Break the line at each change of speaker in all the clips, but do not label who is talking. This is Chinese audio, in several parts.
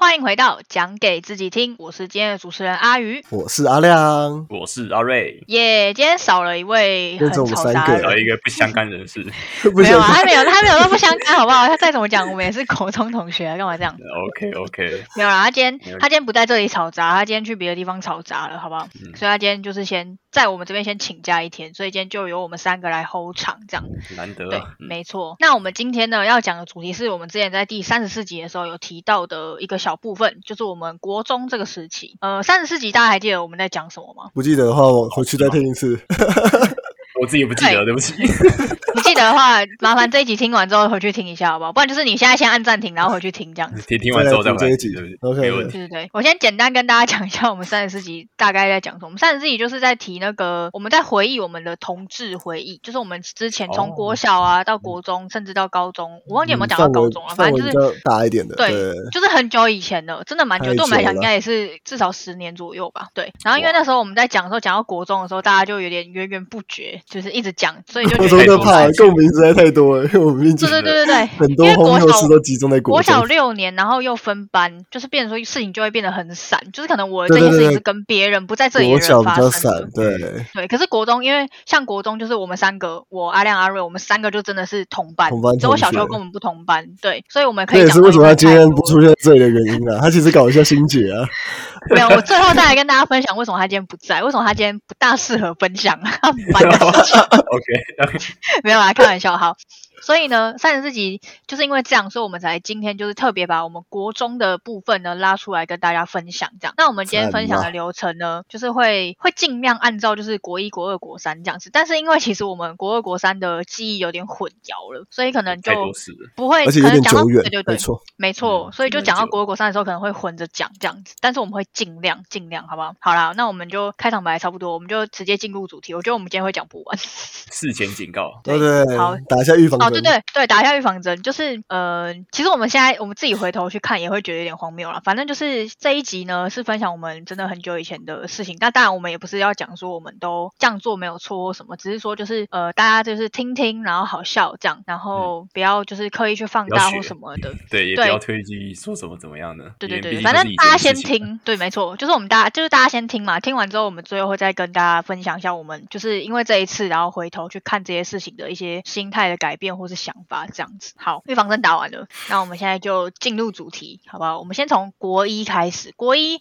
欢迎回到讲给自己听，我是今天的主持人阿鱼，
我是阿亮，
我是阿瑞。
耶、今天少了一位
又
很
只有我们
嘈
三
杂
个
的
找
人。
啊一个不相干人士。
不
没
想
有啊，他没有，他没有那不相干，好不好？他再怎么讲，我们也是国中同学啊，干嘛这样？
OK OK，
没有啦，他今
没有
天他今天不在这里吵杂，他今天去别的地方吵杂了，好不好？
嗯
所以他今天就是先在我们这边先请假一天，所以今天就由我们三个来 hold 场这样。
难得
对
啊，，嗯
没错。那我们今天呢要讲的主题是我们之前在第三十四集的时候有提到的一个小部分，就是我们国中这个时期。呃，三十四集大家还记得我们在讲什么吗？
不记得的话，我回去再听一次。
我自己也不记得，
对
对不起。
不记得的话，麻烦这一集听完之后回去听一下，好不好？不然就是你现在先按暂停，然后回去听这样子。
听听完之后再回
再来
来
听
听，
这一
对
集
不对
OK，
没问题。
对对 对，我先简单跟大家讲一下我们三十四集大概在讲什么。我们三十四集就是在提那个我们在回忆我们的同志回忆，就是我们之前从
哦
国小啊到国中，甚至到高中，我忘记有没有
嗯
讲到
范
高
围
中了，
范
反
围
正
比
就是
较大一点的，
对
对，
就是很久以前了，真的蛮久，
太
对我们来讲
久
应
了
该也是至少十年左右吧。对，然后因为
哇
那时候我们在讲的时候，讲到国中的时候，大家就有点源源不绝，就是一直讲，所以就
国
觉
中
得
就
说
怕了，共鸣实在太多了，因为我们毕竟
对对对对对，
很多
因为
荒
国
谬
小
事都集中在
国
中
小。六年，然后又分班，就是变成说事情就会变得很散，就是可能我这
对对
件事
对
情是跟别人不在这里
国
的
小
人
比
发
较
生
散
的，。
对，
对，可是国中，因为像国中就是我们三个，我阿亮、阿瑞，我们三个就真的是同班，
同班
只有
同
小秋
学
跟我们不同班，对，所以我们可
这
以
也
讲
是
到
为什么
一
他
个
今
太
天
多
不出现在这里的原因啊。他其实搞一下心结啊，
没有，我最后再来跟大家分享为什么他今天不在，为什么他今天不大适合分享 啊，他蛮的事情
OK，
没有啦，开玩笑。好，所以呢，三十四集就是因为这样，所以我们才今天就是特别把我们国中的部分呢拉出来跟大家分享。这样，那我们今天分享的流程呢，就是会会尽量按照就是国一、国二、国三这样子，但是因为其实我们国二、国三的记忆有点混淆了，所以可能
太多
就。
事了。
不会，
而且有
可能
点
讲到
久远
对对，
没
对，
错。
没错，
嗯
所以就
了
讲到
解
国国三的时候，可能会混着讲这样子，但是我们会尽量尽量，好不好？好啦，那我们就开场白差不多，我们就直接进入主题。我觉得我们今天会讲不完。
事前警告，
对对
好，
打一下预防
哦，
针。
对对对，打一下预防针，就是呃，其实我们现在我们自己回头去看，也会觉得有点荒谬了。反正就是这一集呢，是分享我们真的很久以前的事情。那当然，我们也不是要讲说我们都这样做没有错或什么，只是说就是呃，大家就是听听，然后好笑这样，然后不要就是刻意去放
嗯不要
大
学
或什么的。
对，也不
对
要推机说什么怎么样的。
对对
因为
对，
毕
反
竟都是
正
以
大家
前
先
的事情。
听，对，没错，就是我们大家就是大家先听嘛，听完之后我们最后会再跟大家分享一下我们就是因为这一次，然后回头去看这些事情的一些心态的改变或是想法这样子。好，预防针打完了，那我们现在就进入主题，好不好？我们先从国一开始，国一。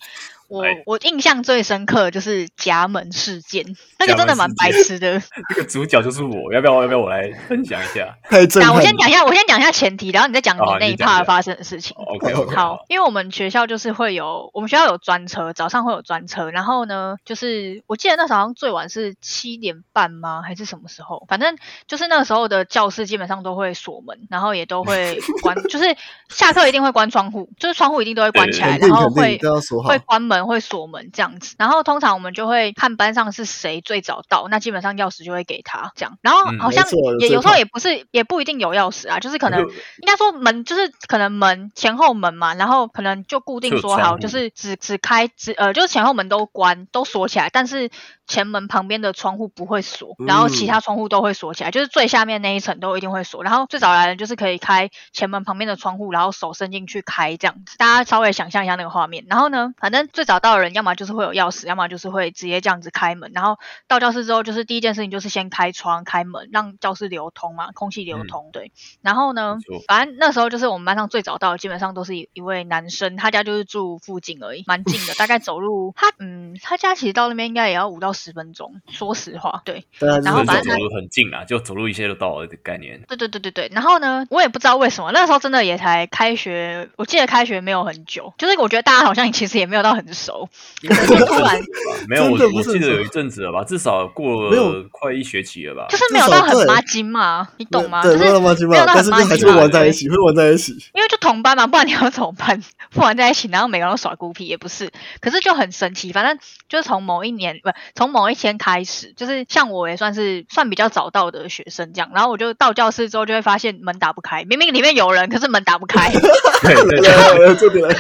我
来
我印象最深刻的就是夹门事件，那个
夹
真的
门
蛮
事
白
件
痴 的。
这个主角就是我，要不要？要不要我来分享一下
太震
那
撼
我
了。
先讲一下，我先讲一下前提，然后你再讲你
哦
那
你
一
讲
part
一下
发生的事情。
？OK OK，
好，，因为我们学校就是会有，我们学校有专车，早上会有专车，然后呢，就是我记得那时候好像最晚是七点半吗？还是什么时候？反正就是那个时候的教室基本上都会锁门，然后也都会 关，就是下课一定会关窗户，就是窗户一定都会关起来，
肯
然
定
后
肯定
会
都要锁好
会。关门、会锁门这样子。然后通常我们就会看班上是谁最早到，那基本上钥匙就会给他这样。然后
嗯
好
没
像
错有
也
这
有时候
套
也不是，也不一定有钥匙啊，就是可能
就
应该说门就是可能门前后门嘛，然后可能就固定
就有
说
窗
好，
户
就是只只开只呃，就是前后门都关都锁起来，但是前门旁边的窗户不会锁，然后其
嗯
他窗户都会锁起来，就是最下面那一层都一定会锁。然后最早来的就是可以开前门旁边的窗户，然后手伸进去开这样子，大家稍微想象一下那个画面。然后呢，反正最早到的人要么就是会有钥匙，要么就是会直接这样子开门，然后到教室之后，就是第一件事情就是先开窗、开门，让教室流通嘛，空气流
嗯
通。对，然后呢
没错，
反正那时候就是我们班上最早到的，基本上都是一一位男生，他家就是住附近而已，蛮近的，大概走路他嗯，他家其实到那边应该也要五到十分钟。说实话，对，
大家就是
然后
就
反
是
正
走路很近啊，就走路一些就到了的概念。
对对对对对，然后呢，我也不知道为什么那时候真的也才开学，我记得开学没有很久，就是我觉得大家好像其实也没有到很熟，就突然
没有，我
真的不
我
是
记得
很
有一阵子了吧，至少过
没有
了快一学期 了吧。
就是没有
至少
到很
对
妈金嘛，你懂吗？
对，
就
没
是
有那么基
没
本，
有到
但
很
是
妈
就还
吉
是会
嘛
玩在
对
一起，会玩在一起。
因为就同班嘛，不然你要怎么办？ 不玩在一起，然后每个人都耍孤僻，也不是。可是就很神奇，反正就是从某一年不，从某一天开始，就是像我也算是算比较早到的学生这样。然后我就到教室之后，就会发现门打不开，明明里面有人，可是门打不开，
对 对
来来来，这边来，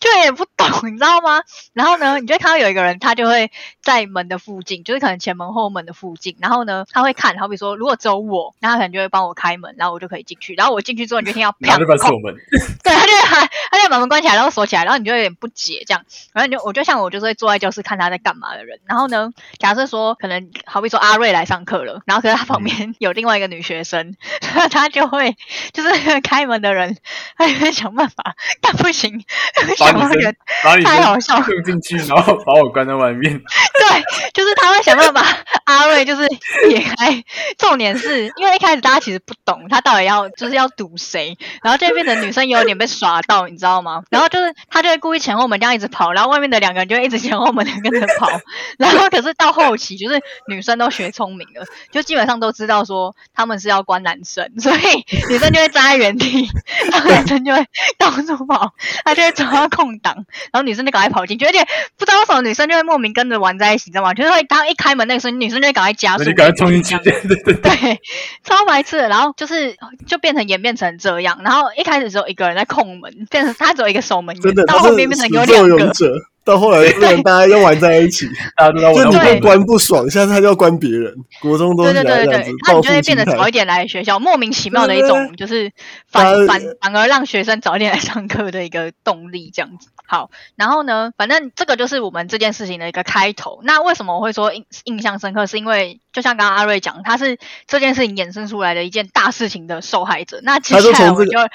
就有点不懂，你知道吗？然后呢，你就会看到有一个人，他就会在门的附近，就是可能前门后门的附近，然后呢，他会看，好比说如果只有我，那他可能就会帮我开门，然后我就可以进去，然后我进去之后，你就听到
然
啪
后就告诉
砰
我们，
对，他就喊，他就把门关起来，然后锁起来，然后你就有点不解这样。然后你就我就像我就是会坐在教室看他在干嘛的人。然后呢，假设说可能好比说阿瑞来上课了，然后可是他旁边有另外一个女学生， 他就会就是 开门的人，他就会想办法，但不行，
把
想
你
办
身
法。
把你
太好笑了
身送进去，然后把我关在外面。
对，就是他会想办法阿瑞就是撇开。 重点是因为一开始大家其实不懂他到底要就是要赌谁，然后就会变成女生有点被耍到，你知道吗？然后就是他就会故意前后门这样一直跑，然后外面的两个人就会一直前后门的跟着跑。 然后可是到后期就是女生都学聪明了，就基本上都知道说他们是要关男生， 所以女生就会站在原地， 然后男生就会到处跑，他就会找到空档，然后女生就赶快跑进去，而且不知道为什么女生就会莫名跟着玩在一起，你知道吗？就是会当一开门那个时候，女生就会赶快加
那
速，
你赶快冲进去，对对对，
对，超白痴的。然后就是就变成演变成这样，然后一开始只有一个人在控门，变成他只有一个守门
真
员
的，，
到
他
后
是
面变成有
始
两
作
个
俑。者，到后来变成大家要玩在 一起，
大家都
就
在玩
你
到
对
不
我
关不爽，下次他就要关别人。国中都
对
是
对
这
对
样
对
子
对，，那
报
你就
复
会
心
变得
态。
早一点来学校，莫名其妙的一种就是
大
反
家
反反而让学生早一点来上课的一个动力，这样子。好，然后呢，反正这个就是我们这件事情的一个开头。那为什么我会说印印象深刻？是因为就像刚刚阿瑞讲，他是这件事情衍生出来的一件大事情的受害者。那接
他就
下来
从
我
这
就
个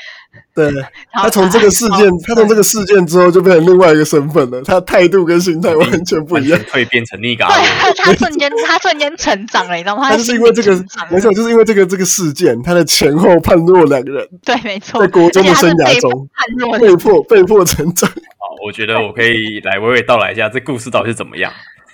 对，
好
他从这个事
好
件，他从这个事件之后就变成另外一个身份了，他态度跟心态完全不
完
一
全
嗯
样。
蜕变成那个阿
对
伟。
他他瞬间他瞬间成长了，你知道吗？
他就是因为这个
心理成长，了
没错，就是因为这个这个事件，他的前后判若两人，
对，没错，
在国中的
而且他是
生涯
被
中
判若
被迫被迫成长。
好，我觉得我可以来娓娓道来一下这故事到底是怎么样。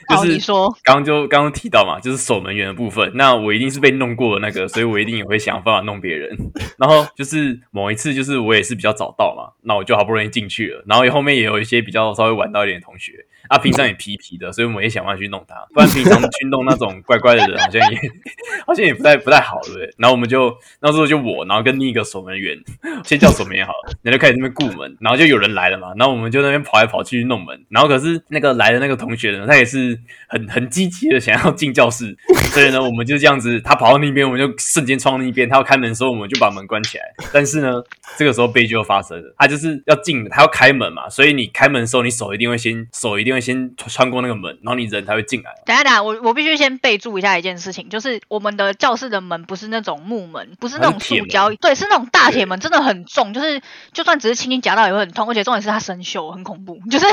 好，
就是
你说
刚刚就刚刚提到嘛，就是守门员的部分。那我一定是被弄过的那个，所以我一定也会想办法弄别人。 然后就是某一次，就是我也是比较早到嘛，那我就好不容易进去了。然后后面也有一些比较稍微晚到一点的同学，啊，平常也皮皮的，所以我们也想办法去弄他。不然平常去弄那种怪怪的人，好像也 好像也不太不太好，对不对？然后我们就那时候就我，然后跟另一个守门员，先叫守门员好了，然后就开始那边顾门，然后就有人来了嘛，然后我们就那边跑来跑去弄门，然后可是那个来的那个同学呢，他也是很很积极的想要进教室，所以呢，我们就这样子，他跑到那边，我们就瞬间冲到那边，他要开门的时候，我们就把门关起来。但是呢，这个时候悲剧又发生了，他就是要进，他要开门嘛，所以你开门的时候，你手一定会先手一定会先穿过那个门，然后你人才会进来。
等一下，等一下，我我必须先备注一下一件事情，就是我们的教室的门不是那种木门，不是那种
它是铁
塑
门
胶，对，是那种大铁门，真的很重，就是就算只是轻轻夹到也会很痛，而且重点是它生锈，很恐怖，就是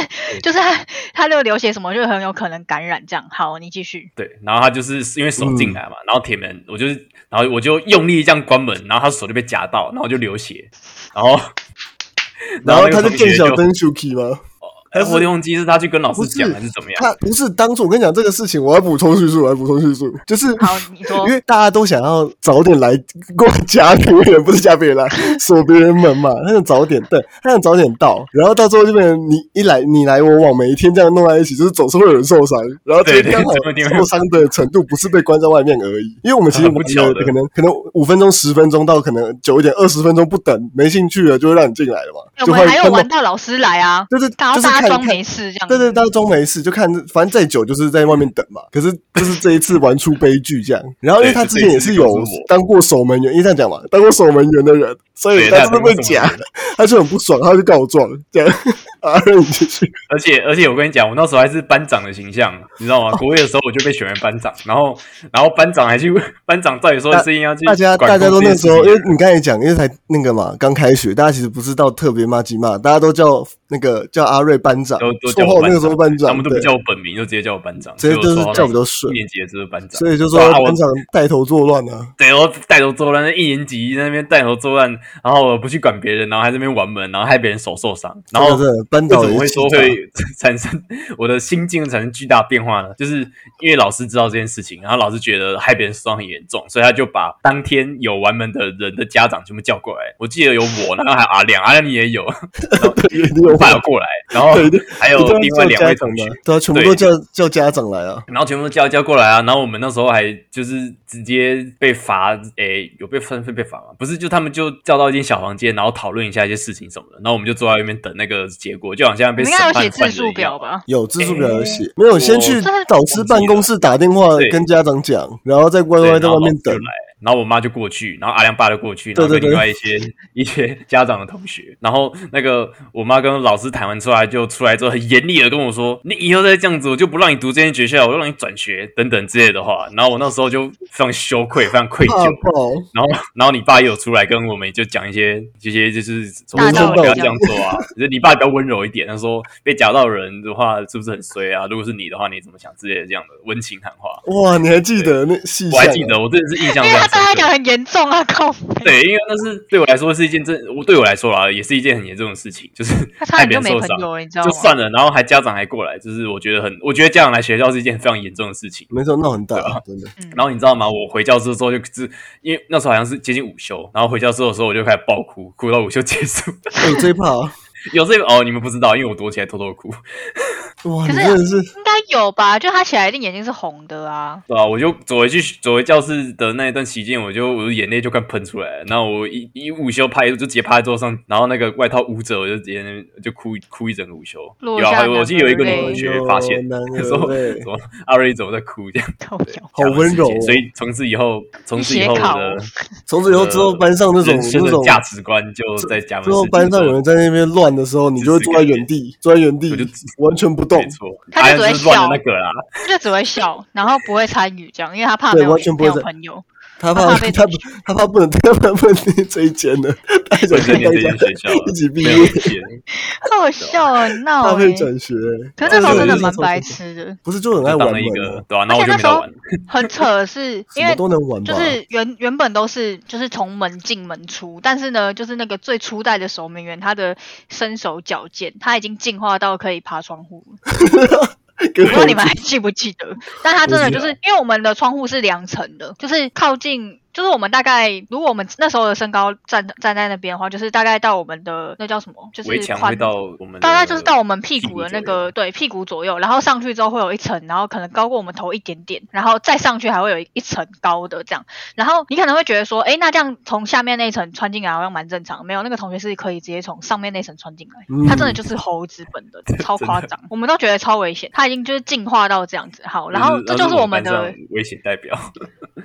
就是它它那个流血什么，就很有可能感染这样。好，你继续。
对，然后他就是因为手进来嘛，然后铁门，我就是，然后我就用力这样关门，然后他手就被夹到，然后就流血，然后，
然后
那
他就
个同学
见小灯 Suki 吗？
哎我忘记是他去跟老师
不是
讲还是怎么样，
他不是当初我跟你讲这个事情，我要补充叙述，我要补充叙述，就是
好，你说
因。为大家都想要早点来过家别人，不是家别人 啦，锁别人门嘛。他想早点，对，他想早点到，然后到最后就变成你一来你来我往，每一天这样弄在一起，就是总是会有人受伤。然后这
对对
刚好
总有一定会
受伤的程度不是被关在外面而已，因为我们其实
很不巧的
可能可能五分钟、十分钟到可能久一点二十分钟不等，没兴趣了就会让你进来了嘛，
我
就
们
会
还有
看到
玩到老师来啊，
就是
然
就
后
是
大
看
家装
看。
没事这样。
对对，当中没事，就看，反正再久就是在外面等 嘛。可是就是这一次玩出悲剧这样，然后因为他之前也是有当过守门员，因为这样讲嘛，当过守门员的人，所以他就是被夹，他就很不爽，他就告状这 样。啊，你继续，
而且而且我跟你讲，我那时候还是班长的形象，你知道
哦
吗？国一的时候我就被选为班长，然后然后班长还去班长照理说是应该要去
大家
管
大家都
控这
那
件事
时候，因
情啊
为你刚才讲，因为才那个嘛，刚开学，大家其实不知道特别骂鸡骂，大家都叫那个叫阿瑞班长，
都都叫
绰
我
号那个时候班长，
他们都不
对
叫我本名，就直接叫我班长，
直接
所以
就
我
是
说
叫比较顺
一年级的就是班长，
所以就说
对啊我
班长带头作乱啊。
对，我带头作乱，那一年级在那边带头作乱，然后我不去管别人，然后还在那边玩门，然后害别人手受伤，然后
真的真的班
为
导
什么
也
会
是啊
说
气炸
会 产生我的心境产生巨大变化呢？就是因为老师知道这件事情，然后老师觉得害别人受伤很严重，所以他就把当天有玩门的人的家长全部叫过来。我记得有我，然后还有阿亮，阿亮你也有，
对，你有
头发有过来，然后
对，
还有
一定要
另外
叫
两
家
位
长
同学
来，，对啊，全部
对
都叫叫家长来啊，
然后全部都叫叫过来啊，然后我们那时候还就是直接被罚，诶，有被分分被罚吗？不是，就他们就叫到一间小房间，然后讨论一下一些事情什么的，然后我们就坐在那边等那个结果，就好像
你
被
们
审
应该
判
有写
犯
字
人一
数
样
表？吧？
有字数表有写
诶，
没有先
我
去
这
导师办公室打电话
对
跟家长讲，然后再乖
对，
乖
然
在
后
外
老
面
师就
等。
来，然后我妈就过去，然后阿亮爸就过去，然后
对对
跟
对
另外一些一些家长的同学，然后那个我妈跟老师谈完出来，就出来之后很严厉的跟我说：“你以后再这样子，我就不让你读这间学校，我就让你转学等等之类的话。”然后我那时候就非常羞愧，非常愧
怕
疚。
爆！
然后， 然后你爸也有出来跟我们就讲一些这些，就是说
大
道理
不要这样做啊， 就是你爸比较温柔一点。他说被夹到人的话是不是很衰啊？如果是你的话，你怎么想之类的这样的温情喊话。
哇，你还记得那细
我
项啊？
还记得，我真的是印象
因
非
为
常
他对他
深
讲很
刻。
严重啊， 靠北！
对，因为那是对我来说是一件真，我对我来说啦，也是一件很严重的事情，就是
他差
害
点
别
就
人
没朋
受伤，
友了，你知道
就
吗？
算了。然后还家长还过来，就是我觉得很，我觉得家长来学校是一件非常严重的事情。
没错，闹很
啊
大，真的。
嗯
然后你知道吗？我回教室之后就，就是因为那时候好像是接近午休，然后回教室的时候我就开始爆哭，哭到午休结束。
哎，我最怕啊
有这哦，你们不知道，因为我躲起来偷偷哭，
哇，
可
你
是
真的是
应该有吧？就他起来一定眼睛是红的啊。
对吧、我就走回去，走回教室的那一段期间，我就我的眼泪就快喷出来了。然后我一一午休趴，就直接趴在桌上，然后那个外套捂着，我就直接就哭哭一整个午休。
落
有啊，
下
还有我记得有一个
男
女
儿
同
泪
学发现，
哎呦
她说
男儿泪
什么阿瑞怎么在哭这样，
靠腰
好温柔哦。
所以从此以后，从此以后我
你写考
的
从此以后之后，班上那种
人生
那
的
种
价值观就在家门
之后
市
班上
做
有人在那边乱的时候，你就会坐在原地，坐在原地
我就
完全不动
没，错，
他就只
当
会
然是乱
笑
的那个啦，
就只会笑， 然后不会参与这样，因为他怕
对
没有
完全不
没
会
有
参
朋友。
他
他
怕
怕被
他不他怕不能他怕不能进这一间 的，他想
本身
跟
念
大
这间
家
学校啊
一起毕
没有
哦
业，
见
好好笑啊，很闹
他
哎、
被
欸！
转学，
可是那时候真的
对
蛮白，痴的，
不是就很爱玩
就当了
门
一
啊
个，对吧、然
而
后我
且
就
那
没
时
得
候
玩，
很扯 的是，
什
因
么
为
都能玩吧
就？是原原本都是就是从门进门出，但是呢，就是那个最初代的守门员，他的身手矫健，他已经进化到可以爬窗户了。
跟
我不知道你
我
们还记不记 得？但他真的就是因为我们的窗户是两层的，就是靠近，就是我们大概如果我们那时候的身高站站在那边的话，就是大概到我们的那叫什么，就
围
是
墙会
宽
到我们的
大概就是到我们屁股的那
屁股左
个对屁股左右，然后上去之后会有一层，然后可能高过我们头一点点，然后再上去还会有一层高的这样。然后你可能会觉得说，哎，那这样从下面那一层穿进来好像蛮正常，没有那个同学是可以直接从上面那层穿进来，
嗯
他真的就是猴子本人， 超夸张，我们都觉得超危险，他已经就是进化到这样子。好，然后
是
这
他
就是是
我
我
们
们
班
的
上危险代表，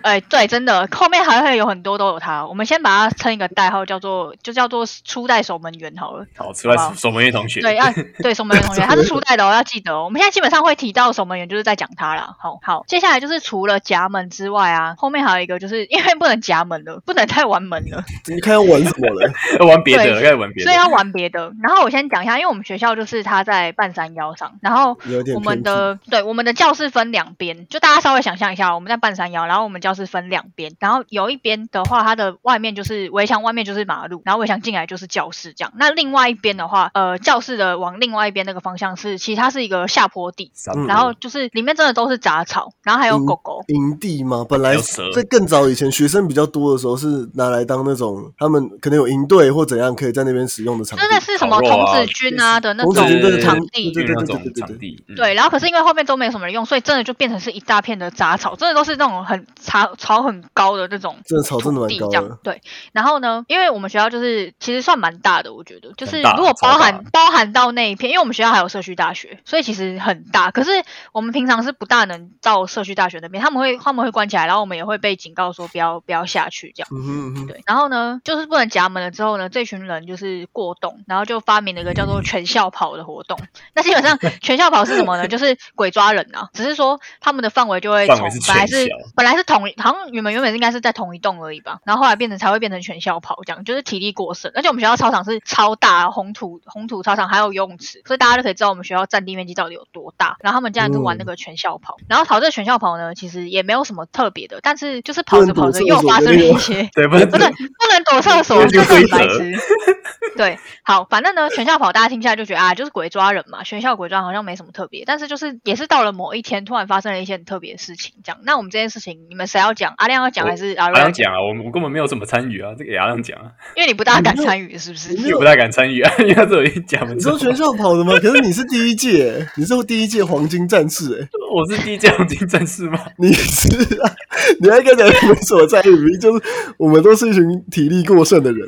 哎、对，真的，后面还会有很多都有他，我们先把他称一个代号，叫做就叫做初代守门员好了。
好，出来
好不好
守门员同学，
对，要对守门员同学，他是初代的哦，要记得哦。我们现在基本上会提到守门员，就是在讲他啦。好好，接下来就是除了夹门之外啊，后面还有一个就是因为不能夹门了，不能再玩门了，
你看要玩什么嘞？
要玩别的，
对
开始玩别
所以
的，
要玩别的。然后我先讲一下，因为我们学校就是它在半山腰上，然后
有点
我们
偏僻
的对我们的教室分两边，就大家稍微想象一下，我们在半山腰，然后我们教室分两边，然后有一边的话，它的外面就是围墙，外面就是马路，然后围墙进来就是教室这样。那另外一边的话，呃，教室的往另外一边那个方向是，其实它是一个下坡地，
傻
嗯
子
然后就是里面真的都是杂草，然后还有
嗯
狗狗。
营地嘛，本来
有蛇
在更早以前，学生比较多的时候是拿来当那种他们可能有营队或怎样，可以在那边使用的场地
真。的是什
烤
么
肉
童
啊
子军啊的那
童子
种
军对对对
场
对
地
对，对
就是那
对
种
对
场
对
地，嗯
对，然后可是因为后面都没有什么人用，所以真的就变成是一大片的杂草，真的都是那种很草草很高的那种
真的草真的
土
蛮
地
高
这样
的。。
对，然后呢，因为我们学校就是其实算蛮大的，我觉得就是
很大
如果
超
包
大
含包含到那一片，因为我们学校还有社区大学，所以其实很大。可是我们平常是不大能到社区大学那边，他们会他们会关起来，然后我们也会被警告说不要不要下去这样。
嗯哼嗯哼，
对，然后呢，就是不能夹门了之后呢，这群人就是过动，然后就发明了一个叫
嗯
做全校跑的活动。 那基本上全校跑是什 么呢？就是鬼抓人啊，只是说他们的范围就会
范
从
围是
本来
全
是
校
本来是同一，好像你们原本应该是在同一栋而已吧，然后后来变成才会变成全校跑这样，就是体力过剩。而且我们学校操场是超大，啊红土红土操场还有游泳池，所以大家就可以知道我们学校占地面积到底有多大。然后他们竟然是玩那
嗯
个全校跑，然后跑这个全校跑呢，其实也没有什么特别的，但是就是
不
跑
能
着
躲
跑着
厕
又
所
发
的
生
那
了一
个
些。
对，不是
不 能不能躲厕所，
有
这
些
很
规
白
则
痴。 对，好，反正呢，全校跑大家听起来就觉得啊，就是鬼抓人嘛，全校鬼抓好像没什么特别，但是就是也是到了某一天，突然发生了一些很特别的事情，这样。那我们这件事情，你们们谁要讲？阿亮要讲
我
还是阿
阿
瑞要
亮？讲啊，我们我根本没有怎么参与啊，这个也阿亮讲啊，
因为你不大敢
没有
参与，是不是？
没
也
有
不太敢参与啊，因 为他这已经讲了
你。说全校跑的吗？可是你是第一届，你是第一届黄金战士、欸，
我是第一届黄金战士吗？
你是啊？你还跟人没什么在意，就是我们都是一群体力过剩的人。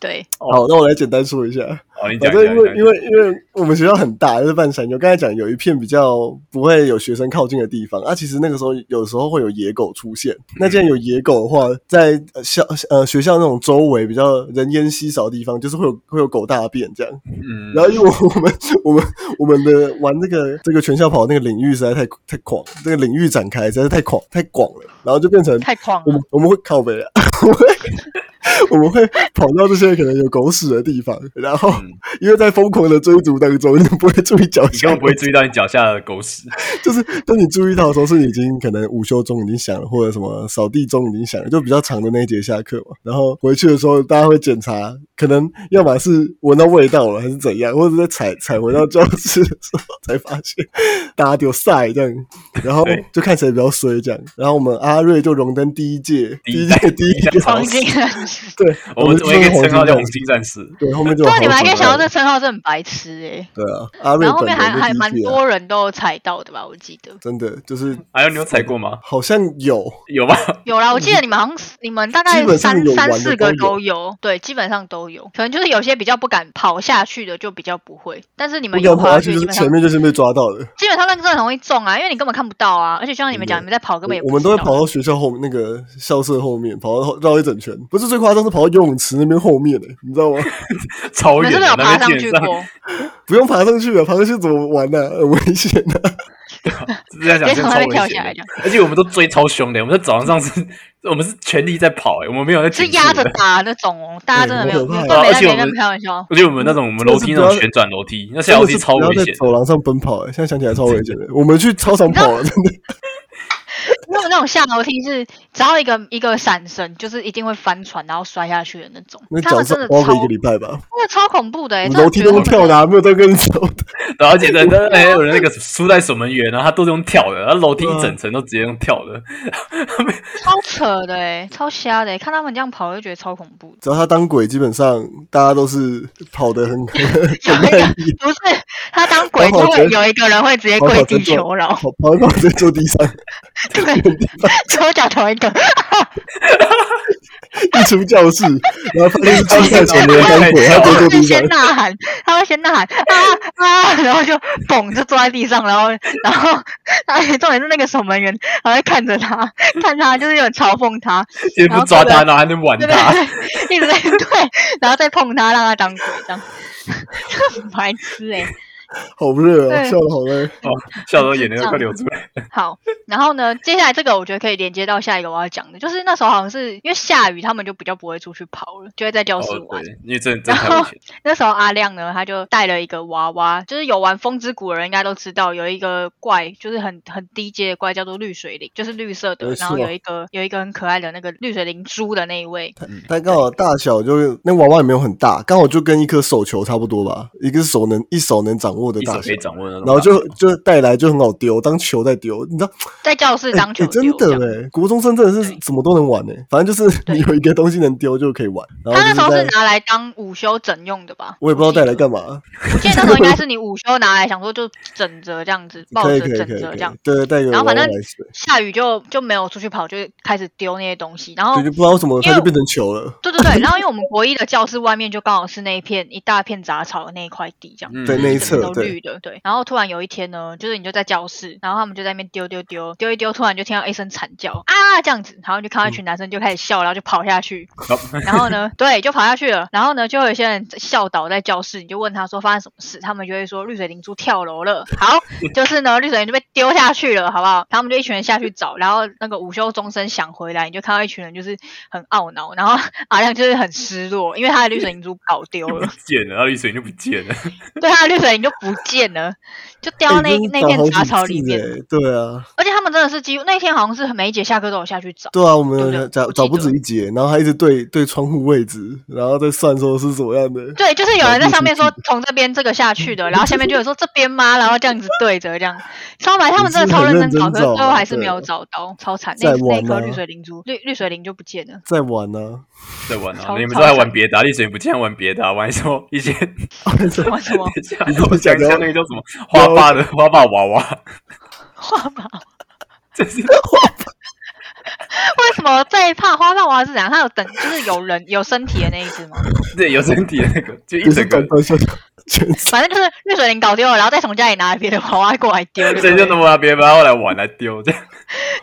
对，
好，那我来简单说一下。
哦，你讲
反
一
正因
下，
为
你讲
因
一下
为因为我们学校很大，就是半山丘。刚才讲有一片比较不会有学生靠近的地方啊，其实那个时候有时候会有野狗出现。那既然有野狗的话，在呃校呃学校那种周围比较人烟稀少的地方，就是会有会有狗大便这样。
嗯，
然后因为我 我们我们我们的玩那个这个全校跑那个领域实在太太广，这个领域展开实在是太广太广了，然后就变成
太狂
我
了
们。我们会靠北啊， 我们会我们会跑到这些可能有狗屎的地方，然后
嗯
因为在疯狂的追逐当中，你不会注意脚
你根
下
本，不会注意到你脚下的狗屎。
就是当你注意到的时候，是你已经可能午休钟已经响了，或者什么扫地钟已经响了，就比较长的那一节下课嘛。然后回去的时候，大家会检查，可能要么是闻到味道了，还是怎样，或者在踩踩回到教室的时候才发现大家丢晒这样，然后
对
就看谁比较衰这样。然后我们阿瑞就荣登第一届
第
第
一
一
代
届第一
第一代
届
草
黄金，
对，
我们
就
我有一
是
个称号叫
战
黄
士
金战士，
对，后面就
对
有
啊，你们还
黄
可以
金
想到
战
这称号是很白痴哎。
士对啊，阿瑞
然后后
本
面还
人
还
就
蛮
第一届啊
多人都有踩到的吧？我记得
真的就是
还有哎你有踩过吗？
好像有，
有吧？
有啦，我记得你们好像是你们大
嗯基
概
本上
三
有玩
三
的
四个
都
都有，对，基本上都有。可能就是有些比较不敢跑下去的，就比较不会。但是你
不
们有
敢跑
滑
下去就
雪，基
是
本上
前面就是被抓到的。
基本上那个真的很容易中啊，因为你根本看不到啊。而且就像你们讲，
真的
你们在跑根本也
我
不
我们都会
知道
跑到学校后那个校舍后面，跑到后绕一整圈。不是最夸张，是跑到游泳池那边后面的、你知道吗？
超
你们
远
是
的，
不是有爬
那
上
边基
去
本上
过？
不用爬上去啊，爬上去怎么玩呢、很危险啊的、
这样讲
直接
真的
从
超
那边
危
跳下
险
来
的， 而且我们都追超凶的，我们在早上上是， 我们是全力在跑、欸，我们没有在
是
减速
压着
的。
打那种哦，大家真的没有，
对很可怕
根本没
而
在
且我
没
们
跟开玩笑。
而且我们那种我们楼梯那种旋转楼梯，那下楼梯超
真的
危
是不要在
险。
走廊上奔跑、欸，现在想起来超危 险的。我们去操场跑、啊，真的
因为我们那种下楼梯是只要一个一个闪身，就是一定会翻船然后摔下去的那种
那。
他
脚
们真
上
的
包个
超
一个礼拜吧，
那个超恐怖的、欸，
我
真
们
的
楼梯
觉得
都是
我
跳的、啊，没有在跟人走的。
然后而且 真的还有人那个输在守门员，然后他都是用跳的，然后楼梯一整层都直接用跳的。
嗯超扯的、欸，超瞎的、欸，看他们这样跑，我就觉得超恐怖的。
只要他当鬼，基本上大家都是跑得 很 很
有一
卖
个
力，
不是他当鬼，就会有一个人会直接
跑跑
跪
直
地
接
求饶，
跑跑跑在坐地上，
对，左脚头一 个，
一出教室，然后发现是近在前面的当鬼，他
他
啊
就坐
会
地上
先。呐喊，他会先呐喊啊啊，然后就嘣就坐在地上，然后 然后而且重点是那个守门员还会看着他， 看他就是有点嘲讽他，
先不抓他，然后还能玩
对不对
他，？
一直在对，然后再碰他，让他当鬼这样， 很白痴哎、
好热啊，
对
笑得好累。
哦，笑到眼泪都快流出 来。
好，然后呢， 接下来这个我觉得可以连接到下一个我要讲的，就是那时候好像是因为下雨，他们就比较不会出去跑了，就会在教
哦
室玩。，
对，因为真的真的太危 险。
那时候阿亮呢，他就带了一个娃娃，就是有玩《风之谷》的人应该都知道，有一个怪就是很很低阶的怪叫做绿水灵，就是绿色的，
呃
然后
是吗
有一个有一个很可爱的那个绿水灵珠的那一位，
但刚好大小就是那娃娃也没有很大，刚好就跟一颗手球差不多吧，一个手能一手能掌握的
一
大
手
小
可以，掌握那种大小，
然后就就带来就很好丢，当球在丢，你知道？
在教室当球
欸真
丢这样、
的哎，国中生真的是
对
什么都能玩哎，反正就是
对
你有一个东西能丢就可以玩。然
他那时
后
候
就是是在，
拿来当午休整用的吧？
我也不知道
记
带来
得
干嘛，
我记得那时候应该是你午休拿来，想说就整着这样子，抱
可
着
以可以
整
可以
着
可
这
以
样。，
对，带个
然
娃
后
娃
反正
来水，
下雨就就没有出去跑，就开始丢那些东西。然后
对，就不知道为什么
哦因为
它就变成球了。
对对对，然后因为我们国一的教室外面就刚好是那一片一大片杂草的那一块地，这样。
嗯
对那一
整
侧
个都
对
绿的，对。然后突然有一天呢，就是你就在教室，然后他们就在那边丢丢丢丢一丢，突然就听到一声惨叫啊这样子，然后就看
嗯
到一群男生就开始笑，然后就跑下 去，
哦
然后
然后呢，对，就跑下去了。然后呢，就有一些人笑倒在教室，你就问他说发生什么事，他们就会说绿水灵珠跳楼了。 好，就是呢，绿水灵珠被丢下去了，好不好？他们就一群人下去找，然后那个午休钟声响回来，你就看到一群人就是很懊恼，然后 阿亮就是很失落，因为他的绿水灵珠搞丢
就不
了，
见了，然后绿水就不见了。
对，他的绿水灵就不见了，就掉到那、
欸真的找好
那片
几
杂草里
次
面。
欸对啊，
而且他们真的是几乎那天好像是每一节下课都有下去找。
对啊，我
对不对
们找
我记
找不
得
止一节，然后还一直对对窗户位置，然后再算说是怎么样的。
对，就是有人在上面
找
说从这边这个下去的，
嗯
然后下面就有说这边吗？然后这样子对着这样，超白，他们真的超认真找，
你
可
是很认真
是
找啊
最后还是没有找到，超惨。那
在
那一
玩
颗
啊
绿水灵珠，绿绿水灵就不见了。
在玩呢、
在玩啊
超，
你们都在玩别的、啊，丽水不竟然玩别的、啊，玩什么一些
玩什么
像我想一下那个叫什么花爸的花爸娃娃，
花宝？
这是
为什么最怕花豹娃是怎样？它有等，就是有人有身体的那一只吗？
对有身体的那个，就一
也是
整个
短。短小小，全是
反正就是绿水灵搞丢了，然后再从家里拿别的娃娃过来丢。
对，就那么拿别人把它后来玩来丢，这样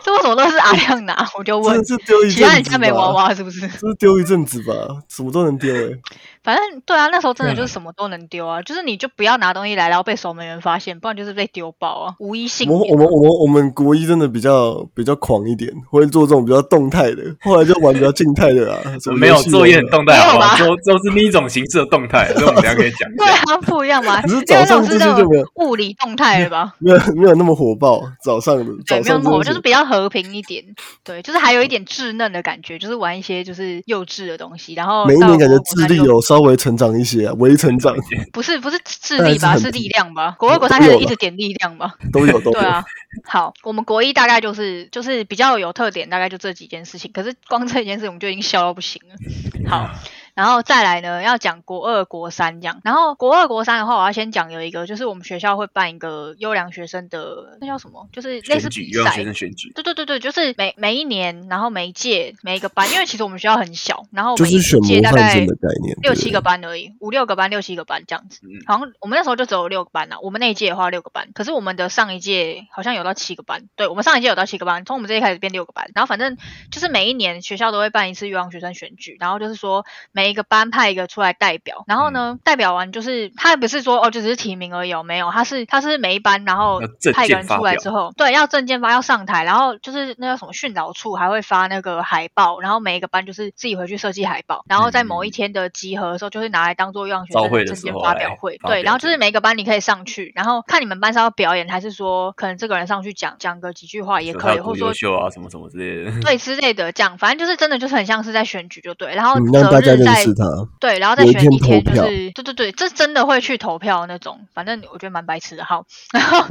这为什么都是阿亮拿？ 我就
真
问
的，是丢一阵子
其
吧。
他人家没娃娃是 不是？
就是丢一阵子吧，什么都能丢哎、
反正对啊，那时候真的就是什么都能丢啊，就是你就不要拿东西来，然后被守门员发现，不然就是被丢爆啊，无一幸
我们我
免。
们我们我们国一真的比较比较狂一点，会做这种比较动态的，后来就玩比较静态的 啦。什么
没有
游戏啊
作业很动态，好不好？
没
都都是另一种形式的动态，所以我们等一下可以讲 一
对
下。
啊，不一样 嘛，
可是
因为
早
那种
上
是
这
那
些就没
种
有
物理动态 的吧？
没有没有那么火爆，早上的早
对，没有
上
那么，
真
我
的
就是是比较和平一点。对，就是还有一点稚嫩的感觉，就是玩一些就是幼稚的东西。然后
每一
到
年感觉
国
智
三
力哦
就
有稍微成长一些、啊，微成长
不是不是智
但
力
是
吧，
很
是力
低
量吧？国二国
都
三开始
有
一
了
直点力量吧。
都有都有。
对啊，好，我们国一大概就是就是比较有特点，大概就这几件事情。可是光这一件事情我们就已经笑到不行了。 好，然后再来呢，要讲国二、国三这样。然后国二、国三的话，我要先讲有一个，就是我们学校会办一个优良学生的，那叫什么？就是类似
选举，
比
又让
赛
学。生选举，
对对对对，就是每每一年，然后每一届每一个班，因为其实我们学校很小，然后
就
每一
是选
届
模
大
范
概
生的概念，
六
对
七个班而已，五六个班，六七个班这样子。
嗯
好像我们那时候就只有六个班啦、啊我们那一届的话六个班，可是我们的上一届好像有到七个班，对我们上一届有到七个班，从我们这一届开始变六个班，然后反正就是每一年学校都会办一次月望学生选举，然后就是说每一个班派一个出来代表，然后
嗯
呢、代表完就是他不是说哦就只是提名而已哦，没有，他是他是每一班然后
要证
派一个
件
人
发
出来
表
之后，对，要证件发要上台，然后就是那叫什么训导处还会发那个海报，然后每一个班就是自己回去设计海报，然后在某一
嗯
天的集合的时候，就是拿来当做让学
招
生
会的
证
时
件
候
发
来
表会，
发
对，
表
然后就是
这
每一个班你可以上去，然后看你们班是要表演还是说可能这个人上去讲讲个几句话也
有
可
他
以，
有
或
多
者说
优秀啊，什么什么之类的。
对之类的讲，反正就是真的就是很像是在选举就对，然后
嗯，让
择
大家
日
认
再
识他。
对，然后再
有一
选
天
一
投
天，就
票
是对对对，这真的会去投票那种，反正我觉得蛮白痴的。好，然后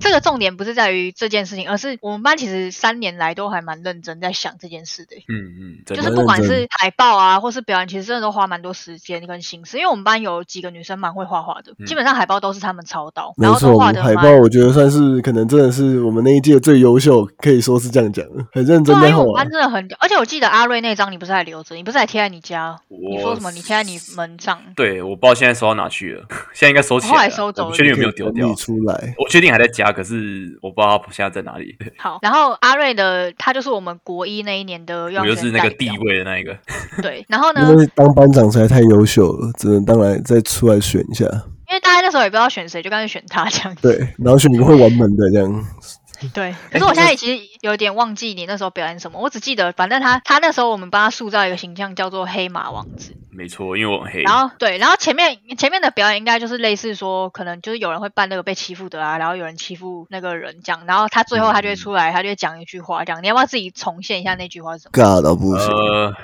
这个重点不是在于这件事情，而是我们班其实三年来都还蛮认真在想这件事的、
嗯嗯，真
就是
蛮
不
的
认
管
真
是海报啊，或是表演，其实真的都花蛮多时间跟心思。因为我们班有几个女生蛮会画画的，基
嗯
本上海报都是她们操刀，
没
然后
错，
都
我
画
们
的
海
蛮啊
报我觉得算是可能真的是我们那一届最优秀，可以说是这样讲的，很认
对
真
啊，
在
因为
画
我们。班真的很，而且我记得阿瑞那张你不是还留着，你不是还贴在你家？你说
我
什么？你贴在你门上？
对，我不知道现在收到哪去了，现在应该收起
后来
来
收
了，
走
我不
了
确定有
可
没
以
有丢
整理
掉。
出来？
我确定还在家，可是我不知道它现在在哪里。
好，然后阿瑞的他就是我们国一那一年的幼
我
儿
就
园
是那个
代
地
表
位的那一个，
对，然后呢，
因为当班长实在太优秀了，只能当然再出来选一下。
因为大家那时候也不知道选谁，就干脆选他这样子。
对，然后选一个会玩门的这样。
哎
对，可是我现在其实有点忘记你那时候表演什么，我只记得反正他他那时候我们帮他塑造一个形象叫做黑马王子，
没错，因为我很黑。
然后对，然后前面前面的表演应该就是类似说，可能就是有人会扮那个被欺负的啊，然后有人欺负那个人这样，然后他最后他就会出
嗯
来，他就会讲一句话这样，你要不要自己重现一下那句话是什么？
尬到不行，
呃，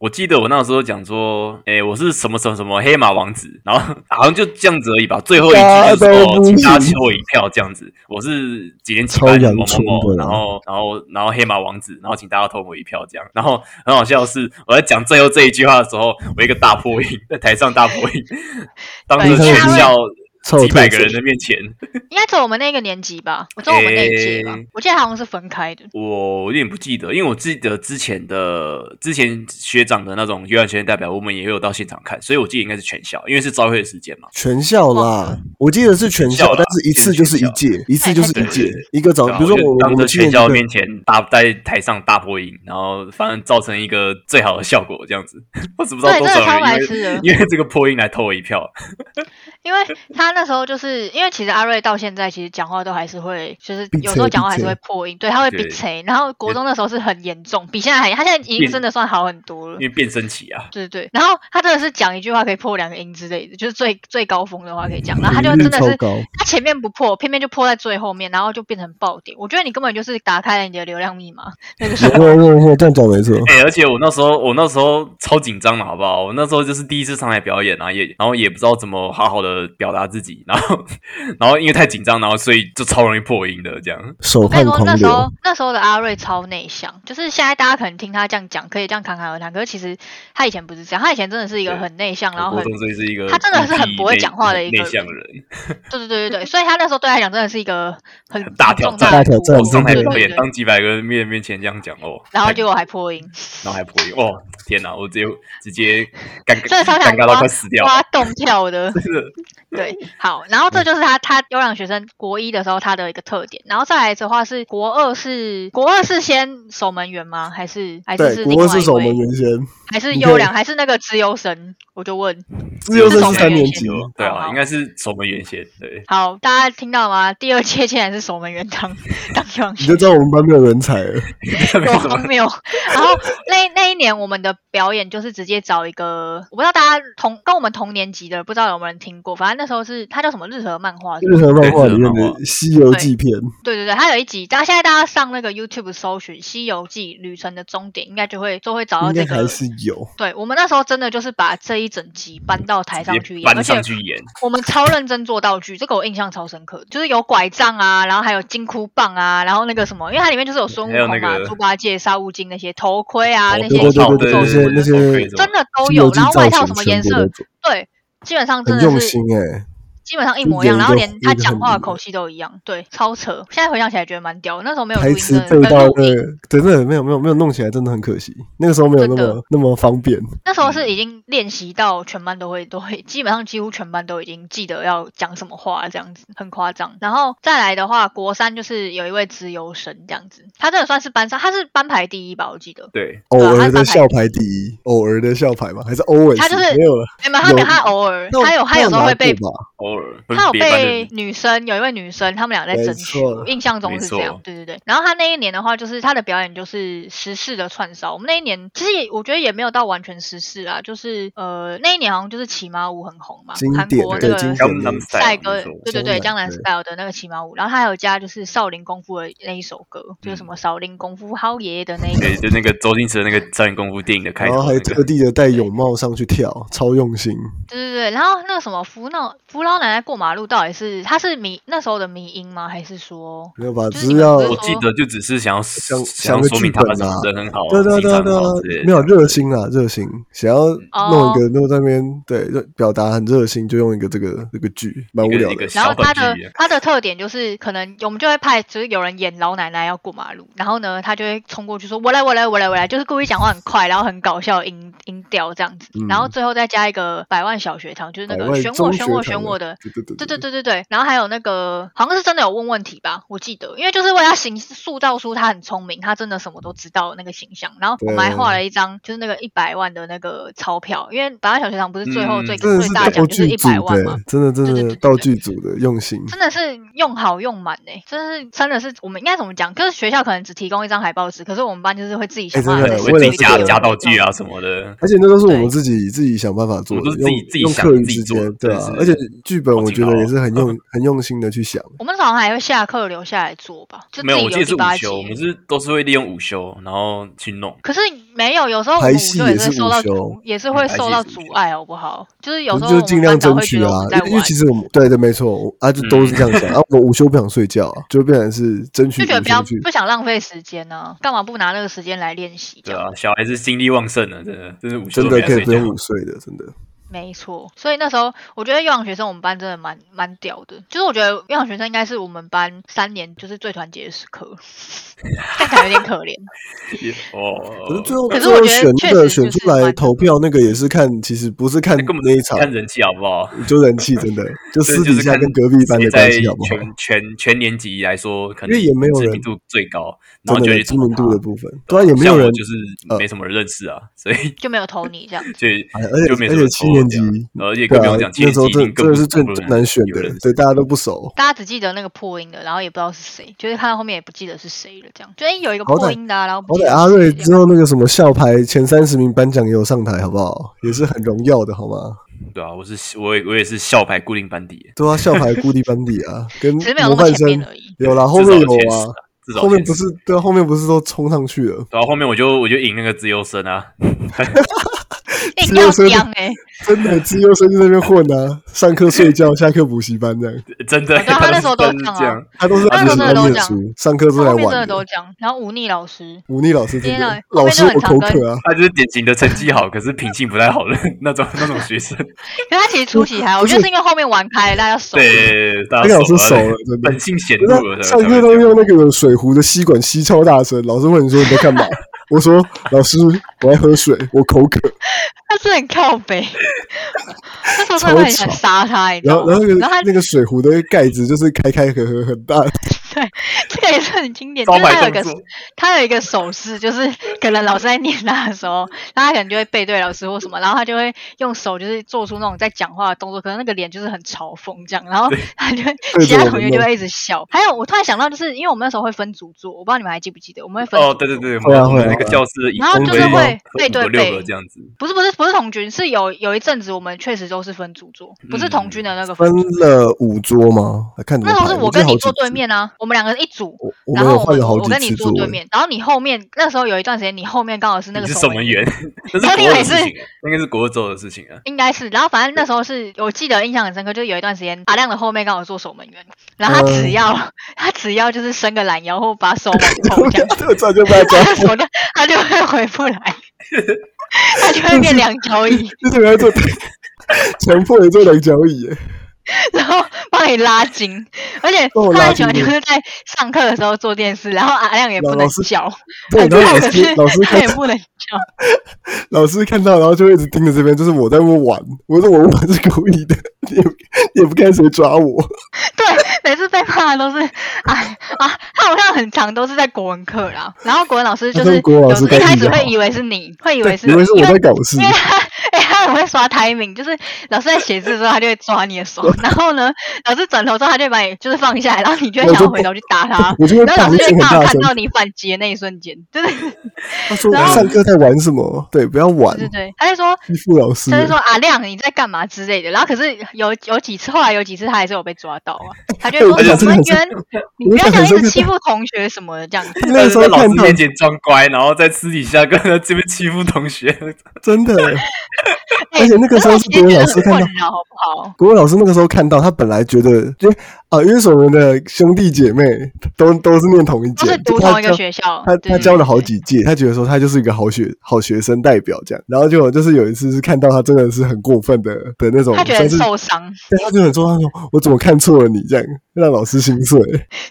我记得我那时候讲说，哎、我是什么什么什么黑马王子，然后好像就这样子而已吧。最后一
大
句就是
都
说，
不
请大家
行
投我一票这样子。我是几年几
超
班
阳
某某
春
某，
的啊
然后然后然后黑马王子，然后请大家投我一票这样。然后很好笑的是，我在讲最后这一句话的时候，我一个大破音，在台上大破音， 当着
对
全
因为
校
超
几百
特色
个人的面前，
应该只有我们那个年级吧，只有我们那一届吧，
诶
我记得好像是分开的。
我有点不记得，因为我记得之前的之前学长的那种游览学生代表，我们也有到现场看，所以我记得应该是全校，因为是招会的时间嘛。
全校啦，我记得是全
全
校
校，啦
但是一次就是一届，一次就是一
对
届
对对，
一个早，
对啊
比如说我
就
我
当着
们去年
全校
就
面前大在台上大破音，然后反正造成一个最好的效果这样子。我只不知道
对
多
真的
少
超白
人因
痴的
为因为这个破音来投我一票，
因为他那时候就是因为其实阿瑞到现在其实讲话都还是会，就是有时候讲话还是会破音，对，他会
对
鼻塞。然后国中那时候是很严重，比现在还，他现在已经真的算好很多了
因。为变声期啊，
对对对，然后他真的是讲一句话可以破两个音之类的，就是最最高峰的话可以讲，然后他就真的
超
是
高，
他前面不破，偏偏就破在最后面，然后就变成爆点。我觉得你根本就是打开了你的流量密码，那个时候
没错没错，这样讲没错。
哎、而且我那时候，我那时候超紧张的，好不好？我那时候就是第一次上台表演啊，也然后也不知道怎么好好的表达自己，然后然后因为太紧张，然后所以就超容易破音的这样。
手
我跟
汗
你说，那
狂
时
流
候，那时候的阿瑞超内向，就是现在大家可能听他这样讲，可以这样侃侃而谈，可是其实他以前不是这样，他以前真的是一个
对
很内向，然后
我
很
国中这是一个
他真的是很不会
内
讲话的一个
内
人
向人，
对对对对对，所以他那时候对他来讲真的是一个很
很大
很
挑
重
战
的
大挑
突破
战
哦上台
对
表
对
演，
对，
当几百个人面面前这样讲哦，
然后
太
结果还破音，
然后还破音，哇，天哪！我直接直接尴 尬
真的超想
尴尬到
挖
快死掉，
挖洞跳的。
真的
对，好，然后这就是他他优良学生国一的时候他的一个特点，然后再来的话是国二是国二是先守门员吗？还是还是
对，
是
不
另
过
外
是
一
守门
位？
员先，
还是
你
优
看
良还是那个资优生？我就问，
自由
是
生是
守门
三
员
年
先
级，
对
好
啊，
好
应该是守门员先 对。
好，大家听到吗？第二届竟然是守门员当 当优良
你就知道我们班没有人才了。
没
多
什么
荒谬。然后那那一年我们的表演就是直接找一个，我不知道大家同跟我们同年级的，不知道有没有人听过。反正那时候是他叫什么日和漫画，是不
日
是
和漫画里面
对日
的
和漫画
《西游记》片，
对对对，他有一集，大家现在大家上那个 YouTube 搜寻《西游记》旅程的终点，应该就会都会找到
应
这
该还
个。
是有。
对我们那时候真的就是把这一整集搬到台上去
直接
演，而
搬
且
上去演，
我们超认真做道具，这个我印象超深刻，就是有拐杖啊，然后还有金箍棒啊，然后那个什么，因为它里面就是有孙悟
还有
空
那
啊、
个
猪八戒、沙悟净那些头盔啊，
头
那
哦对
些
对对
套
对，
哦对
那些
对
那
对对
些
对
真的都
西游
有，
记
然后外
造型
套什么
全
颜
部
色
都，做
对，基本上真
很
的
用
是
心哎。
基本上一模一样，
一眼
然
就
后连他
一眼
讲话的
很
口气都一样，对，超扯。现在回想起来觉得蛮屌，那时候没有录
台
音
词
真的
背
呃
到
录
那
音，
个，对，那没有没有没有弄起来，真的很可惜。那个时候没有那
真
么那么方便，
那时候是已经练习到全班都会都会，基本上几乎全班都已经记得要讲什么话，这样子很夸张。然后再来的话，国三就是有一位资优生这样子，他真的算是班上，他是班排第一吧，我记得。
对，
偶
啊
尔
他
的
是
校排第一，偶尔的校排嘛，还是 always
他就是
没有了。
没有，他没有，
有
他偶尔，
那我
他有，他有时候会被
那我拿过吧
偶尔会
他有
别班的
被女生，有一位女生，他们俩在争取，
没错
我印象中是这
没
样
错，
对对对。然后他那一年的话，就是他的表演就是时事的串烧。我们那一年其实也我觉得也没有到完全时事啊，就是呃那一年好像就是骑马舞很红嘛，
经
韩
典
国
对
那
经典。
个
江南
赛
style
歌，
没错
对
江
对对，
南
江南
对
style 的那个骑马舞，然后他还有加就是少林功夫的那一首歌，就是什么少林功夫好爷的那一
嗯对，
个。
就那个周星驰的那个《少年功夫》电影的开
然
头
后还
那
特
个，
地的戴泳帽上去跳，超用心。
对对对，然后那个什么扶老扶老奶奶过马路，到底是他是迷那时候的迷音吗？还是说
没有吧？
就
只
是你
是
们
要
不是
我记得就只是想要
想
想
想
要
个
说明
剧
他们
本啊
人很好，
对对
心
对
肠
对
很好
啊
之类，的
没有热心啦，热心想要弄一个弄在那边，对，就表达很热心，就用一个这个这个剧，蛮无
一个
聊
一
的
个。
然
小啊
后
本
它的
剧，
它的特点就是，可能我们就会派，就是有人演老奶奶要过马路，然后呢，他就会冲过去说“我来，我来，我来，我来”，就是故意讲话很快，然后很搞笑的音音调这样子，然后最后再加一个百万小学堂，就是那
百
个
万
选我
中
选我
学
选
堂
我的。
对对对
对对对对对，然后还有那个好像是真的有问问题吧，我记得，因为就是为他形塑造出他很聪明，他真的什么都知道的那个形象。然后我们还画了一张就是那个一百万的那个钞票，因为百万小学堂不是最后
嗯
最、
真的
最
是
大
道
奖就是
具
一
组
百万嘛
的，，真的真
对对
的
对对
道具组的用心，
真的是用好用满呢、真的是真的是我们应该怎么讲？就是学校可能只提供一张海报纸，可是我们班就是会自己想
哎真
办
的
法再
我
想
会
为了
自己
这
加
个
加道具啊什么的，
而且那都是我们
对
自己自己想办法做
我
的
们都，
用
是自己自己
用
想
课余
自己
之
做的
间，对啊
真，的
而
是
且剧本
好
我
劲
觉得
爆
也是很用很用心的去想，
我们早上还会下课留下来做吧，就自
没有，
己
我记得
留
是
第
午
八
休，我们
节。
是都是会利用午休然后去弄，
可是没有，有时候我们
排
午
戏
休
也
也是
是
会受
午
到
休
阻，也是会
排戏
受
也
到
是午
阻
休
碍，好不好？就是有
可
时
是
候我
就
们
尽
班
量
长
争
会觉
取
得
啊
我们，在
因为因为
玩
其。实我们对对没错，我啊就都是这样想，啊我午休不想睡觉啊，就变成是争取
就觉得
午
不要
休去
不想浪费时间呢、干嘛不拿那个时间来练习？这
对
样
啊，小孩子精力旺盛的，真的真的午休
真
都
的
没来
可以
睡
不
觉，
用午睡的，真的。
没错，所以那时候我觉得优养学生我们班真的蛮蛮屌的，就是我觉得优养学生应该是我们班三年就是最团结的时刻， 看起来有点可怜。
哦，
可是最后
可是
最
我
后
觉得
选
确
那个
实就
选
是
出来
蛮
投票那个也是看，其实不是看
根本
那一场，
看人气好不好？
就人气真 的，就
这
私
就
底
是
下
看
跟隔壁班的关
谁在
系好不好？
全全全年级来说，可能
因为也没有
知
人
名度最高，然
真
后就
的
去
知
投
名
他
度的部分，对啊，也没
像
有
我
人
就是没什么人认识啊，所以
就没有投你这样。
就
哎而且
就没
而
什么
且
投
七年级，
而
对
且更不
啊
用讲，，
那
前
时候
期一
真的真
定更
的是最难选
有
的
人，
对，大家都不 熟。
大家只记得那个破音的，啊然后也不知道是谁，就是看到后面也不记得是谁了，这样。就哎有一个
好歹
破音的、啊，然后不
好
记
歹
得
阿
是
瑞
谁这
之
样
后那个什么校牌前三十名颁奖也有上台，好不好？也是很荣耀的，好吗？
对啊，我是我也我也是校牌固定班底，
对啊，校牌固定班底 啊，跟
只是没有
模
那么
范
前
生
面而已。
有啦，后
至
面
少
有
前十
啊，
至少
后面
前
不
十
是对啊，后面不是都冲上去了？
对啊，后面我就我就赢那个资优生啊，
硬
只有
要
说
讲哎、
真的，自优生就在那边混啊，上课睡觉，下课补习班这样，
真的，
我知哦啊道他那时候都
真的
这
这
样
样，
他都是在补
他那
习
时
班
候
真的都
念
这样
书，上课
他
是来
后面真的
玩的。
都讲，然后忤逆老师，
忤逆老师真
天啊
的
哪，
老师
后面
我
都很
口
常跟
渴啊，
他就是典型的成绩好，可是品性不太好的 那种那种学生，
可是他其实出席还好，我觉得是因为后面玩开了，大家熟了。
对，大
那
家
个老师
熟
熟
啊
了，真的
本。性显
不
露了，
是上
才会
课都
这样
用那个水壶的吸管吸超大声，老师问你说你在 干嘛？我说老师，我在喝水，我口渴。
他真的很靠北，那时候真的很想杀他，你知
然
道
后，
吗？
然后那个
然后他
那个水壶的盖子就是开开合合很大，
这个也是很经典，就
招
是他有
牌
一个
动作，
他有一个手势，就是可能老师在念他的时候，他可能就会背对老师或什么，然后他就会用手就是做出那种在讲话的动作，可能那个脸就是很嘲讽这样，然后他就会
对
其
着
他
我
同
们
学就
弄
会一直笑。还有我突然想到，就是因为我们那时候会分组坐，我不知道你们还记不记得，我们会分
哦，
组
对对
坐
对，我
会啊
们我们
会啊
那个教室的椅
然后
子
就是
会
会背对
分五个六
背
个这样子，
不是不是不是同军，是有有一阵子我们确实都是分组坐，不是同军的那个分
嗯分
组。
了五桌吗？看怎么
那时候
排。
是
我
我
记得
跟
好
你
几
坐对
次，
面啊，我们两个一组，
我我
然
们有
后我
换了好
我
几
跟你
次
坐
桌
对
欸。
面，然后你后面那时候有一段时间，你后面刚好是那
你
个
是
守
守
门
门员，
那
那是
你
国二
还
的事
是
情，那应该是国州的事情啊。
应该是，然后反正那时候是我记得印象很深刻，就是有一段时间阿亮的后面刚好做守门员，然后他只
嗯
要、 他只要就是伸个懒腰或把手往后这样，
这这就不要抓
他，的手就他就会回不来， 他就会变两条椅，
就是不要做，强迫你做两脚椅欸。
然后帮你拉筋，而且
帮我
他
哦拉
很喜欢
筋
就
的
是在上课的时候做电视，然后阿亮也
老
不
老
能
师
笑，
对，
很
然后
妙
老
哎可
师
是哎
老师
他
看
也不能笑。
老师看到，然后就一直盯着这边，就是我在那边玩，我说我玩是故意的，你也不你也不看谁抓我。
对，每次被骂的都是，哎啊，他好像很长都是在国文课啦。然后国文老师就
他
是
跟国文老师
有
该
一开
比
始
较
会
好
以为 是你，会以为是
以为是我
因
在
为
搞事
因，为 他，哎、他很会刷 timing，就是老师在写字的时候，他就会抓你 的手，然后呢，老师转头之后，他就会把你就是放下来，然后你就会
我
想要
就
回
不。
头去打他
我就会
然后
大
啊老师就
声很
会刚好
大
看
声。
到你反击的那一瞬间，就是
他说
然后
上课在玩什么？对，不要玩
对，对对，他就说
欺负老师
他。就说阿亮你在干嘛之类的，然后可是有有几次，后来有几次他还是有被抓到啊，他就
我
会
印
说
象
守
真的
门
很
员
深，
你不
我印
要
象
这
很
样一
深
直
刻
欺负同学什么的这样 子，哎
那时候
在老师
看到
面前装乖，然后在私底下跟他这边欺负同学，
真的，
哎
而且那个
可
时
是
候
我
是
其实
国文老师
觉得很
看到
困，扰，好不好？
国文老师那个时候看到，他本来觉得，因为啊，因为我们的兄弟姐妹都都是念同一
都
届
是，读
他
同一个
教
学校，
他
对
他
对
教了好
对
几届，他觉得说他就是一个好学好学生代表这样，然后就就是有一次是看到他真的是很过分的的那种，
他觉得
算
很
是
受伤，
对他就很说他说我怎么看错了你这样，让老师心碎，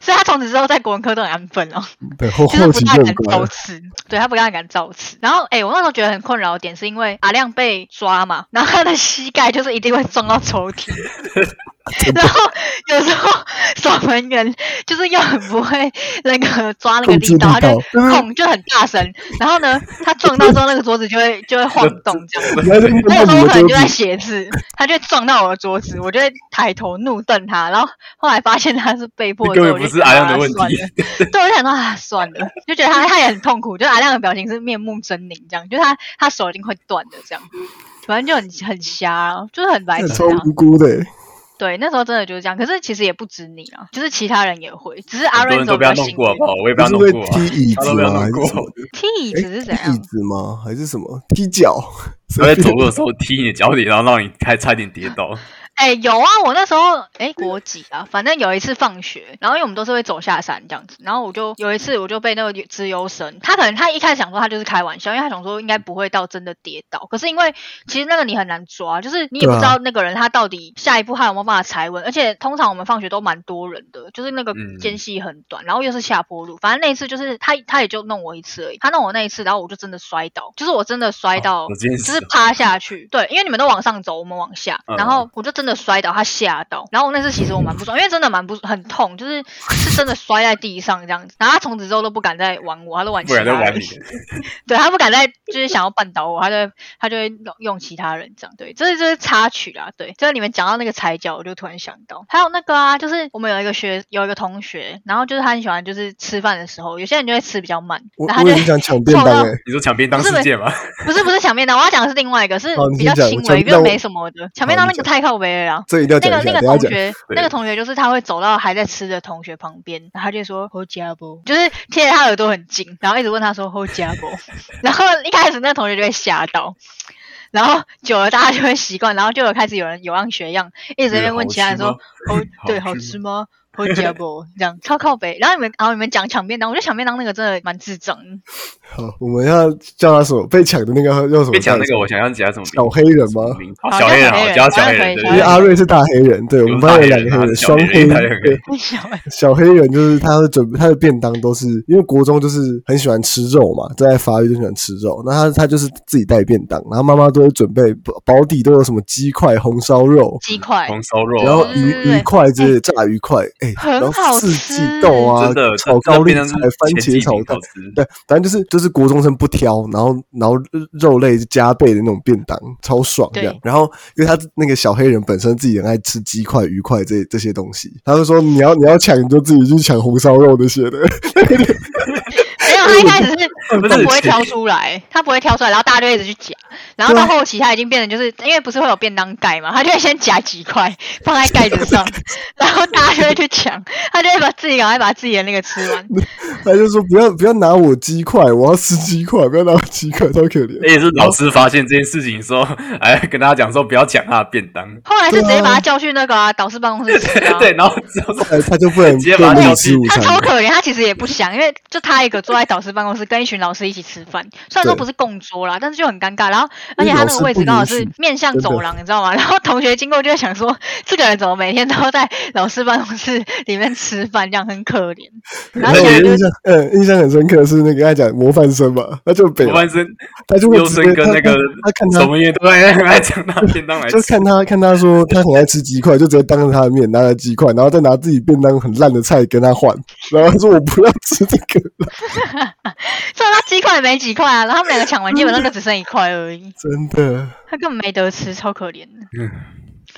所以他从此之后在国文科都很安分哦，
对后
就是
后
不
期
大
就很
敢
乖
造
了，
次，对他不大敢造次。然后哎、我那时候觉得很困扰的点是因为阿亮被抓嘛，然后他的膝盖就是一定会撞到抽屉，
真的
然后有时候守门员就是又很不会那个抓那个
控制
力道，
力
他就
道嗯
控就很大声，然后呢，他撞到之后那个桌子就会就会晃动这样。
然后就面对
那个 时候
你
我可
的
能
桌
就
子
在，写字，他就会撞到我的桌子，我就会抬头怒瞪他，然后后来发现他是被迫
你
的，我
根本
就
不是
觉得
阿亮
啊
的问
算
题
了对，我就想说啊，算了，就觉得他他也很痛苦，就是阿亮的表情是面目狰狞这样，就是他他手一定会断的这样，反正就很很瞎啊，就是很白
真
痴
的超
啊。
无辜的欸，
对，那时候真的就是这样，可是其实也不止你啊，就是其他人也会，只是阿
很多
瑞
人
走
都
比
被
较
他弄
幸
过，好不
运。
好？我也
就
被他
是
弄
会
过啊，
踢椅
他
子
都被他
吗？还
弄
是
过
什。么
踢椅
哎
子是怎
踢椅
样？啊
子吗？还是什么踢脚？
他在走路的时候踢你的脚底，然后让你还差点跌 倒。
哎、有啊，我那时候哎、
嗯
国几啊，反正有一次放学，然后因为我们都是会走下山这样子，然后我就有一次我就被那个资优生，他可能他一开始想说他就是开玩笑，因为他想说应该不会到真的跌倒，可是因为其实那个你很难抓，就是你也不
对啊
知道那个人他到底下一步他有没有办法踩稳，而且通常我们放学都蛮多人的，就是那个
嗯
间隙很短，然后又是下坡路，反正那一次就是他他也就弄我一次而已，他弄我那一次，然后我就真的摔倒，就是我真的摔到
有这
就
件事
是
啊
趴下去，对，因为你们都往上走，我们往下，
嗯
然后我就真的。真的摔倒，他吓到。然后那次其实我蛮不爽，因为真的蛮不很痛，就是是真的摔在地上这样子。然后他从此之后都不敢再玩我，他都玩
不
其他
然再玩
人
你。。
对他不敢再就是想要绊倒我，他就会他就会用其他人这样。对，这是这是插曲啦。对，就是你们讲到那个踩脚，我就突然想到，还有那个啊，就是我们有一个学有一个同学，然后就是他很喜欢就是吃饭的时候，有些人就会吃比较慢，
我
然后
我
他
也
就
很想抢便
凑
当
到
哎、
你说抢便当
不是
事件吗？
不是不是抢便当，我要讲的是另外一个，是
好你
比
先
较
讲
轻
抢
微，因
便
为
当
没什么的。抢便当那
你
个太靠北了啦。
这一定要
那
讲
个
一
那
下，等一下
个同
讲。
学，
对
那个同学就是他会走到还在吃的同学旁边，然后他就说 “ho 家不”，就是贴着他耳朵很近，然后一直问他说 “ho 家不”，然后一开始那个同学就会吓到。然后久了，大家就会习惯，然后就有开始有人有样学样，一直在那边问其他人说：“哦， 对，好
好吃
吃吗？好吃不？ 这样超靠北。”然后你们，然后你们讲抢便当，我觉得抢便当那个真的蛮智障的。
好，我们要叫他什么？被抢的那个要什么？
被抢那个，我想要加什么名？
小黑人吗？
好，
好
小黑人，
叫小黑
好，
人小黑
加小黑人，
因
人小
对
为
对
黑
阿瑞是大黑人，对我们班有两个黑人，双黑
大黑人
对小黑人就是他会准备他的便当都是因为国中就是很喜欢吃肉嘛，正在发育就喜欢吃肉，那他他就是自己带便当，然后妈妈都会准备保保底都有什么鸡块、红烧肉，
鸡块
红烧肉啊，
然后
对
鱼
对对
鱼块之类的炸鱼块，哎、
嗯很
然后
好
四
吃
季豆啊
真的，
炒高丽
真
菜、
的变成
番
前几
茄炒
名
蛋
好。吃。
对，反正就是就是国中生不挑，然后然后肉类是加倍的那种便当，超爽这样
对。
然后因为他那个小黑人本身自己很爱吃鸡块、鱼块这这些东西，他就说你要你要抢你就自己去抢红烧肉那些的。
没有，他一开始 是
不
他
是
不会挑出来，他不会挑出来，然后大家就一直去夹，然后到后期他已经变成就是因为不是会有便当盖嘛，他就会先夹几块放在盖子上，然后大家就会去抢，他就会把自己赶快把自己的那个吃完。
他就说不要不要拿我鸡块，我要吃鸡块，不要拿我鸡块，超可怜。
那也是老师发现这件事情说， 哎，跟大家讲说不要抢他的便当。
后来是直接把他叫去那个、啊、导师办公室吃啊。
对，然后之后说
哎，他就不能
直接
不
把他
能
挑
吃午
他
餐
超
了。
可怜，他其实也不想，因为就他一个坐在导师办公室，跟一群老师一起吃饭，虽然说
对
不是共桌啦，但是就很尴尬。然后，而
因为
且
老
他那个
师
位
不
置刚好
允
是
许
面向
真的
走廊，你知道吗？然后同学经过就会想说，这个人怎么每天都在老师办公室里面吃饭，这样很可 怜。然
然
后
后我
现在就
印象，嗯，印象很深刻的是那个他讲模范生嘛，他就北
模范生
他就会
优
直
生
接
跟
他
那个
他啊看他
守门员都在很爱抢他的便当来
就
吃。
看他看他 说他很爱吃鸡块，就直接当着他的面拿了鸡块，然后再拿自己便当很烂的菜跟他换， 然后他说我不要吃这个，
虽然他鸡块也没几块啊，然后他们两个抢完，基本上就只剩一块而已，
真的
他根本没得吃，超可怜的。
嗯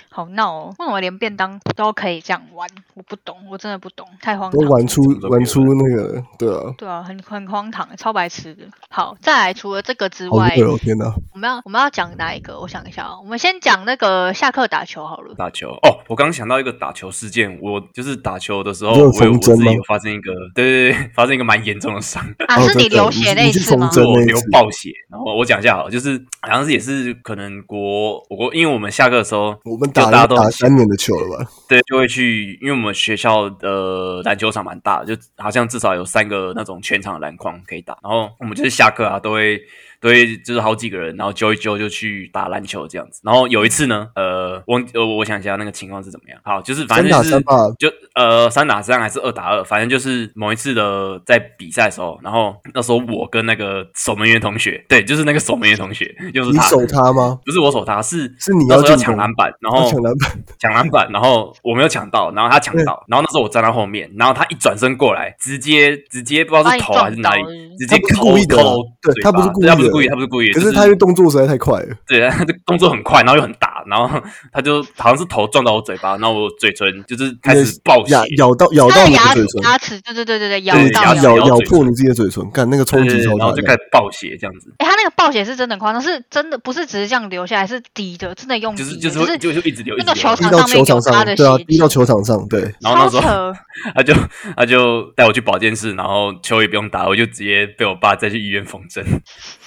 好闹哦！为什么连便当都可以这样玩？我不懂，我真的不懂，太荒
都
唐了。
玩出
怎么啊都没有
玩出那个对啊，
对啊，很很荒唐，超白痴的。好，再来，除了这个之
好
外，
热哦天哪！
我们要我们要讲哪一个？我想一下、哦，我们先讲那个下课打球好了。
打球哦，我刚想到一个打球事件，我就是打球的时候，
你有
我有我
缝针
自己
吗
有发生一个，对对对，发生一个蛮严重的伤，
啊，
哦
是你
真的
流
你
血
是
那
你
一
是
次
缝
吗？
针
我
那一
流
次
爆血，然后我讲一下好了，就是好像是也是可能国我国，因为我们下课的时候，
我们打
就
了
大家都
打
很
三年的球了吧？
对，就会去，因为我们学校的篮球场蛮大的，就好像至少有三个那种全场的篮筐可以打。然后我们就是下课啊，都会都会就是好几个人，然后揪一揪就去打篮球这样子。然后有一次呢，呃，我呃我想一下那个情况是怎么样。好，就是反正就是
三打三吧
就呃三打三还是二打二，反正就是某一次的在比赛的时候，然后那时候我跟那个守门员同学，对，就是那个守门员同学，就是
你
他。
守他吗？
不是我守他，是
是你
那时候
要
要
进
抢
攻
篮板，然
他
后
抢篮板，
抢篮板，然后我没有抢到，然后他抢到，然后那时候我站到后面，然后他一转身过来，直接直接不知道
把
是
你
头还
撞
是
倒
哪里
了，
直接
他不是
扣
故意的啦
扣
对
嘴
他不
巴
是故
对他
意
不是
的
故意，他不是故意，
可
就是
他的动作实在太快了，
对他这个动作很快，然后又很大，然后他就好像是头撞到我嘴巴，然后我嘴唇就是开始爆血
咬，咬到咬
他
到
的
你的
牙
嘴
齿
唇，
牙齿，对对对对对，咬
哦对
到
牙齿
咬
咬
咬
嘴
破
唇
你自己的嘴唇，干那个冲
对
击
对
超
对然
大
后就
的
开。始爆血这样子，
哎、他那个爆血是真的很夸张，是真的不是只是这样流下来，是滴的，真的用滴
就
的，
是
嗯就
就是会就就一直流，一
那
直
个球。
流
滴
场
到
上面
球
有
场
他
上，
的血
对啊，滴
迹
到球场上，对，
然后那时
超
候
扯。
他就他就带我去保健室，然后球也不用打，我就直接被我爸再去医院缝针。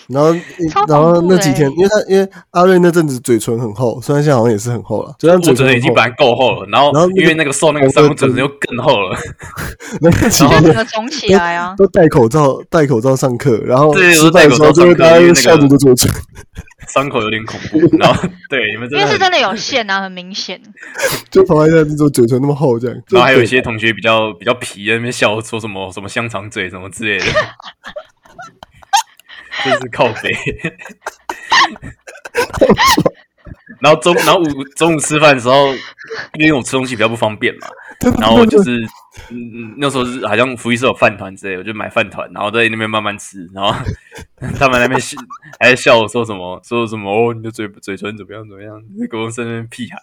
然后
超，
然后
恐怖
那
的
几天，
欸
因为他因为阿瑞那阵子嘴唇很厚，虽然现在好像也是很厚了，虽然
我
嘴唇
嘴唇已
很
经
厚，
本来够厚了，
然
然
后
后
那个
因为那个受那个伤，我嘴唇又更 厚了。
然后那几
就整
天
个肿起 来啊！
都戴口罩，戴口罩上课，然后
对
吃饭的时候
我
就会
戴口罩上课
大
因
家
为那个
笑着的嘴唇，
伤口有点恐怖，然后对你们
因
真
为
的
是
很，
真的有线啊，很明显。
就跑在那那种嘴唇那么厚这样，
然后还有一
就
些同学比较比较皮，在那边笑说什么什么香肠嘴什么之类的，就是靠背。 然后中然后午中午吃饭的时候，因为我吃东西比较不方便嘛，然 后就是嗯嗯那时候是好像福利社有饭团之类，我就买饭团，然后在那边慢慢吃， 然后他们那边笑还在笑我说什么说什么哦，你的嘴嘴唇怎么样怎么样，跟我在那边屁孩，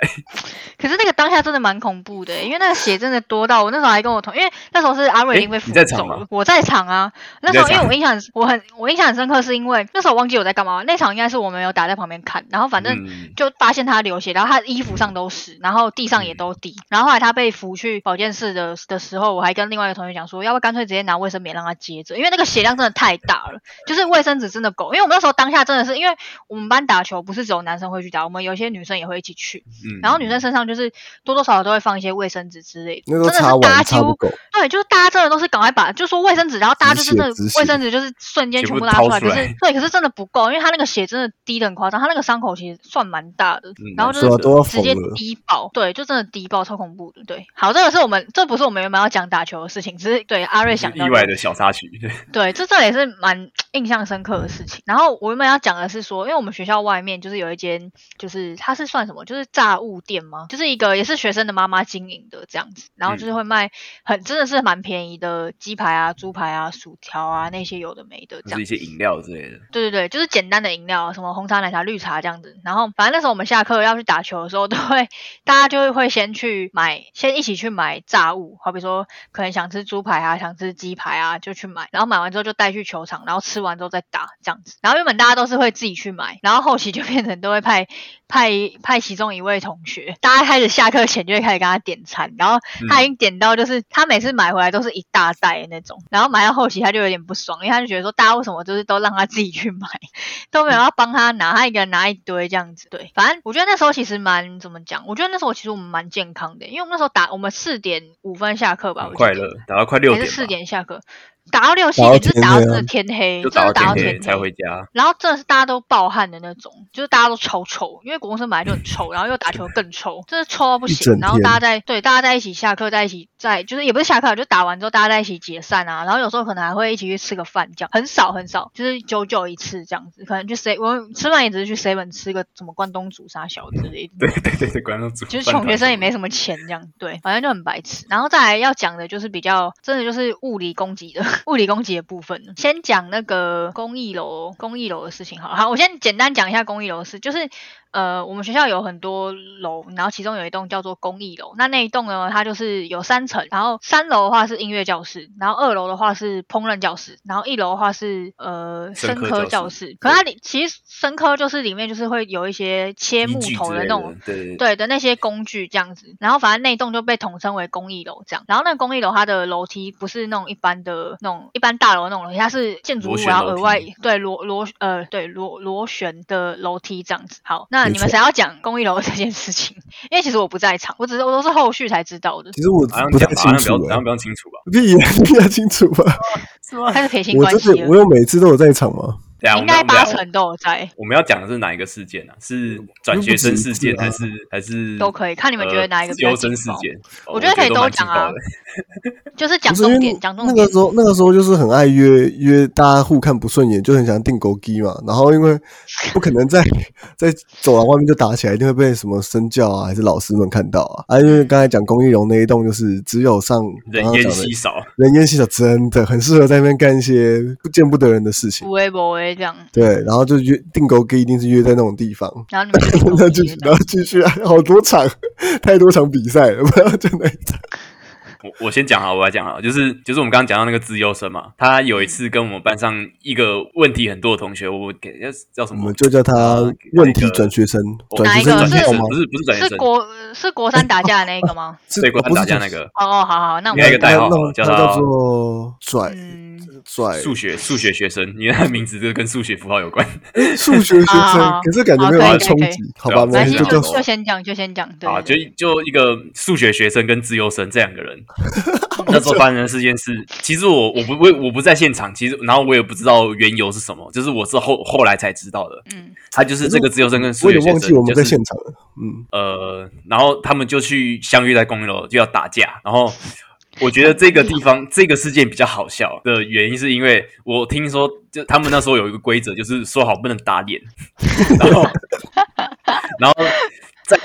可是那个当下真的蛮恐怖的，因为那个血真的多到我那时候还跟我同，因为那时候是阿瑞
诶
林被扶
你在场
走
吗
了，我在场啊。那时候
你在
因
场
为我印象很我很我印象很深刻，是因为那时候我忘记我在干嘛。那场应该是我没有打在旁边看，然后反正
嗯
就发现他流血，然后他衣服上都是，然后地
嗯
上也都滴。然后后来他被扶去保健室的的时候，我还跟另外一个同学讲说，要不要干脆直接拿卫生棉让他接着，因为那个血量真的太大了，就是卫生纸真的够。因为我们那时候当下真的是，因为我们班打球不是只有男生会去打，我们有一些女生也会一起去。
嗯
然后女生身上就是多多少少都会放一些卫生纸之类的，
那时
真
候
的
擦
是大家
完
几
擦不
乎
够，
对，就是大家真的都是赶快把，就说卫生纸，然后大家就
止
真
血
的
止血
卫生纸就是瞬间
全
全
部
部拿
掏
出来，
出
可是
来
对，可是真的不够，因为他那个血真的滴的很夸张，他那个伤口其实算蛮大的，
嗯
然后就
对啊，
是
都要
直
疯
接
了。
滴爆，对，就真的滴爆，超恐怖的，对。好，这个是我们这不是我们原本要讲打球的事情，只是对阿瑞
是
想到
意
的
外的小插曲，
对，这这也是蛮印象深刻的事情。然后我原本要讲的是说，因为我们学校外面就是有一间，就是它是算什么，就是炸物店吗？就是一个也是学生的妈妈经营的这样子，然后就是会卖很真的是蛮便宜的鸡排啊、猪排啊、薯条啊那些有的没的这
就是
样
一。些饮料之类的，
对对对，就是简单的饮料，什么红茶、奶茶、绿茶这样子。然后反正那时候我们下课要去打球的时候，都会大家就会先去买，先一起去买炸物，好比说可能想吃猪排啊，想吃鸡排啊，就去买。然后买完之后就带去球场，然后吃完之后再打这样子。然后原本大家都是会自己去买，然后后期就变成都会派派派其中一位同学，大家开始下课前就会开始跟他点餐，然后
嗯
他已经点到就是他每次买回来都是一大袋的那种，然后买到后期他就有点不爽，因为他就觉得说大家为什么就是都让他自己去买，都没
嗯
有要帮他拿，他一个人拿一堆这样子。对，反正我觉得那时候其实蛮怎么讲，我觉得那时候其实我们蛮健康的，因为我们那时候打我们四点五分下课吧，
很
我记
快
得
乐，打到快六
还
点
是
吧，
四点下课，打到六七
打到
点就是打到
天
真
黑啊
的天黑，
就
真的
打
打
到
到
天
天
黑才回家，
然后真的是大家都暴汗的那种，就是大家都超臭，因为国中生本来就很臭，然后又打球更臭，真的臭到不
一整
行。
天
然后大家在对大家在一起下课，在一起在就是也不是下课，就打完之后大家在一起解散啊，然后有时候可能还会一起去吃个饭，这样很少很少，就是久久一次这样子，可能去 C 我们吃饭也只是去 seven 吃个什么关东煮啥小之类的。
对对对对，关东煮，
就是穷学生也没
么，
什么钱，这样对，反正就很白痴。然后再来要讲的就是比较真的就是物理攻击的 物理攻击的部分。先讲那个公益楼公益楼的事情好了，好，我先简单讲一下公益楼的事，就是。呃，我们学校有很多楼，然后其中有一栋叫做公益楼。那那一栋呢，它就是有三层，然后三楼的话是音乐教室，然后二楼的话是烹饪教室，然后一楼的话是呃
生
生
科
科
教
教
室
室。可它里其实生科就是里面就是会有一些切
依
木
据
头
之
的
类
那种
的，对对，
对的那些工具这样子，然后反正那一栋就被统称为公益楼这样。然后那个公益楼它的楼梯不是那种一般的那种一般大楼的那种楼梯，它是建筑物
螺旋
然后
楼
额
梯
外对螺螺呃对螺螺旋的楼梯这样子。好，那
没
你们
错
谁要讲公益楼这件事情？因为其实我不在场，我只是我都是后续才知道的。
其实我
好像
不太
讲吧好
清
像比
楚
较好
哎
像，比较清楚吧，
屁呀，你要清楚
啊
吧？
是吗？
开始撇清
啊我
关
真
系
的，
啊了，
我有每次都有在场吗？
对啊，我
应
们
该
要我们
八
要
成都有在，
我们要讲的是哪一个事件呢、啊？是转学生事件，
嗯不
还
止
是还
嗯
是
都可以看你们觉得哪一个比
呃自
较
由生事件？哦
我觉得可以
都蛮
都讲
劲爆
啊
的
就是讲
不是因
重
为
点，讲重
那
点
个时。候，那个时候就是很爱约约大家互看不顺眼，就很想订狗机嘛。然后因 为不可能在 在走廊外面就打起来，一定会被什么身教啊，还是老师们看到啊。啊，因为刚才讲公益楼那一栋，就是只有上刚
人
刚
烟
讲的
稀少，
人烟稀少，真的很适合在那边干一些不见不得人的事情
不。会不会这样，
对，然后就约订狗机一定是约在那种地方。
然后你们就去
那
攻
就
击
然
了
后继续啊，好多场， 太多场比赛了，不要就
嗯
那一场。
我我先讲好，我来讲好，就是就是我们刚刚讲到那个资优生嘛，他有一次跟我们班上一个问题很多的同学，我给叫叫什
我
么
们？就叫他
呃
问题转学生，转
哪
学
一个
生
转学
知道
生
吗？
不是不是转学
是
生，
国是国三打架的那一个 吗？
是
对，国
哦
安
不是
打架
转
那个
哦哦，好好，那我
另外一个代号
那
好了
那
叫
他
他
叫做拽
嗯，
拽
数学数学学生，因为他名字就跟数学符号有关。
数学学
好好
生
好，
可是感觉没有
好
那么
可以
冲
可以
击好
可，
吧，没
对啊
关
反
系，
正
没
就
就
关
叫
系
就先讲，就先讲，对
啊，就
对对
就一个数学学生跟自由生这两 个人，那时候发生的事件是，其实我我不我我不在现场，其实然后我也不知道缘由是什么，就是我是后后来才知道的。
嗯，
他就是这个自由生跟数
我
学
有
学
点忘
生，
记我们在
就是
现场了，嗯，
呃，然后他们就去相遇在公寓楼就要打架，然后。我觉得这个地方这个事件比较好笑的原因，是因为我听说，就他们那时候有一个规则，就是说好不能打脸，然后然后在